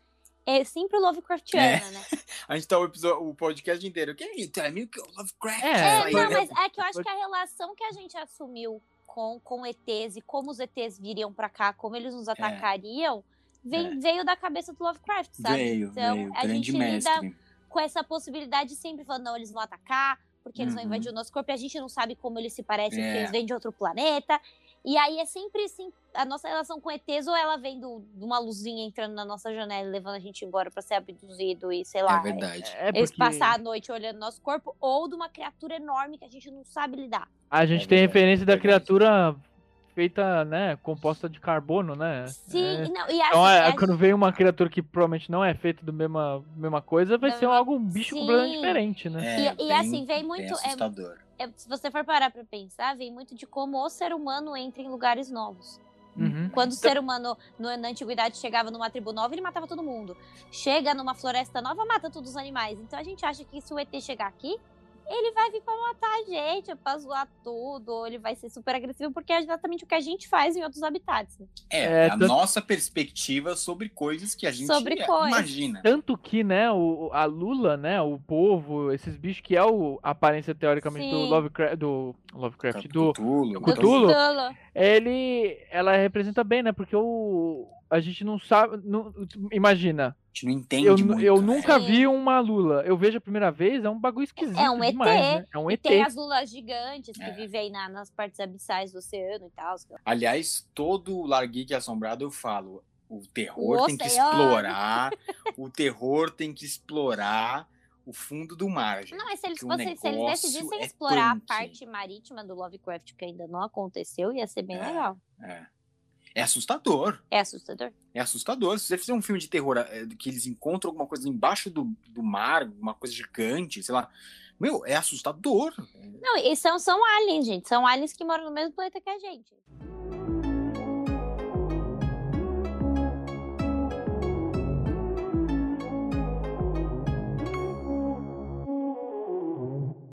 Speaker 1: é sempre Lovecraftiana, né?
Speaker 3: A gente tá o, episódio, o podcast inteiro. Que isso? É meio que o Lovecraft.
Speaker 2: É,
Speaker 3: isso
Speaker 1: É,
Speaker 3: aí,
Speaker 1: não,
Speaker 3: né?
Speaker 1: mas é que eu acho que a relação que a gente assumiu com, com ETs e como os ETs viriam pra cá, como eles nos atacariam, vem-
Speaker 3: É.
Speaker 1: veio da cabeça do Lovecraft, sabe?
Speaker 3: Veio,
Speaker 1: Então,
Speaker 3: veio,
Speaker 1: a
Speaker 3: grande
Speaker 1: gente lida
Speaker 3: mestre.
Speaker 1: com essa possibilidade sempre falando, não, eles vão atacar, porque eles vão
Speaker 3: Uhum.
Speaker 1: invadir o nosso corpo, e a gente não sabe como eles se parecem, porque
Speaker 3: É.
Speaker 1: eles vêm de outro planeta. E aí é sempre assim, a nossa relação com ETs, ou ela vem do- de uma luzinha entrando na nossa janela e levando a gente embora pra ser abduzido e sei lá.
Speaker 3: É verdade.
Speaker 2: É
Speaker 1: Eles
Speaker 2: porque
Speaker 1: passar a noite olhando nosso corpo, ou de uma criatura enorme que a gente não sabe lidar.
Speaker 2: a gente
Speaker 3: É
Speaker 2: tem
Speaker 3: verdade,
Speaker 2: referência da
Speaker 3: verdade.
Speaker 2: criatura feita, né? Composta de carbono, né? É.
Speaker 1: Sim, e não, e assim,
Speaker 2: Então, é,
Speaker 1: a
Speaker 2: quando vem uma criatura que provavelmente não é feita do mesma mesma coisa, vai
Speaker 1: Da
Speaker 2: ser um,
Speaker 1: mesma-
Speaker 2: algo um bicho
Speaker 1: Sim.
Speaker 2: completamente diferente, né?
Speaker 3: É,
Speaker 1: e
Speaker 3: bem-
Speaker 1: assim, vem
Speaker 3: bem
Speaker 1: muito- é-
Speaker 3: assustador.
Speaker 1: gente- é, se você for parar pra pensar, vem muito de como o ser humano entra em lugares novos.
Speaker 3: É.
Speaker 2: Uhum.
Speaker 1: Quando o ser humano, no- na antiguidade, chegava numa tribo nova, ele matava todo mundo. Chega numa floresta nova, mata todos os animais. Então a gente acha que se o ET chegar aqui, ele vai vir pra matar a gente, pra zoar tudo, ou ele vai ser super agressivo, porque é exatamente o que a gente faz em outros habitats. né?
Speaker 3: É,
Speaker 2: É,
Speaker 3: a
Speaker 2: tanto-
Speaker 3: nossa perspectiva sobre coisas que a gente
Speaker 1: Sobre coisas.
Speaker 3: imagina.
Speaker 2: Tanto que, né, o, a Lula, né, o povo, esses bichos que é o, a aparência teoricamente do
Speaker 1: Sim.
Speaker 2: Lovecraft, do
Speaker 3: Tá
Speaker 2: Lovecraft, do,
Speaker 3: Cthulhu,
Speaker 1: Do
Speaker 2: Cthulhu?
Speaker 1: Cthulhu.
Speaker 2: ele, ela representa bem, né, porque o, a gente não sabe, não- imagina,
Speaker 3: a gente não entende
Speaker 2: eu,
Speaker 3: muito.
Speaker 2: eu
Speaker 3: né?
Speaker 2: nunca
Speaker 1: Sim.
Speaker 2: vi uma Lula, eu vejo a primeira vez, é um bagulho esquisito
Speaker 1: É um ET,
Speaker 2: demais, né? é um
Speaker 1: E
Speaker 2: ET,
Speaker 1: tem as lulas gigantes que
Speaker 3: É.
Speaker 1: vivem aí na- nas partes abissais do oceano e tal.
Speaker 3: Aliás, todo o Larguique Assombrado eu falo. O terror
Speaker 1: O
Speaker 3: tem que
Speaker 1: oceano.
Speaker 3: explorar. o terror tem que explorar o fundo do mar. gente.
Speaker 1: Não, mas se eles,
Speaker 3: Que o
Speaker 1: fossem, se eles
Speaker 3: negócio
Speaker 1: decidissem
Speaker 3: é
Speaker 1: explorar
Speaker 3: punk.
Speaker 1: a parte marítima do Lovecraft, que ainda não aconteceu, ia ser bem
Speaker 3: É.
Speaker 1: legal.
Speaker 3: É. É assustador.
Speaker 1: É assustador.
Speaker 3: É assustador. Se você fizer um filme de terror é, que eles encontram alguma coisa embaixo do, do mar, uma coisa gigante, sei lá. Meu, é assustador.
Speaker 1: Não, e são, são aliens, gente. São aliens que moram no mesmo planeta que a gente.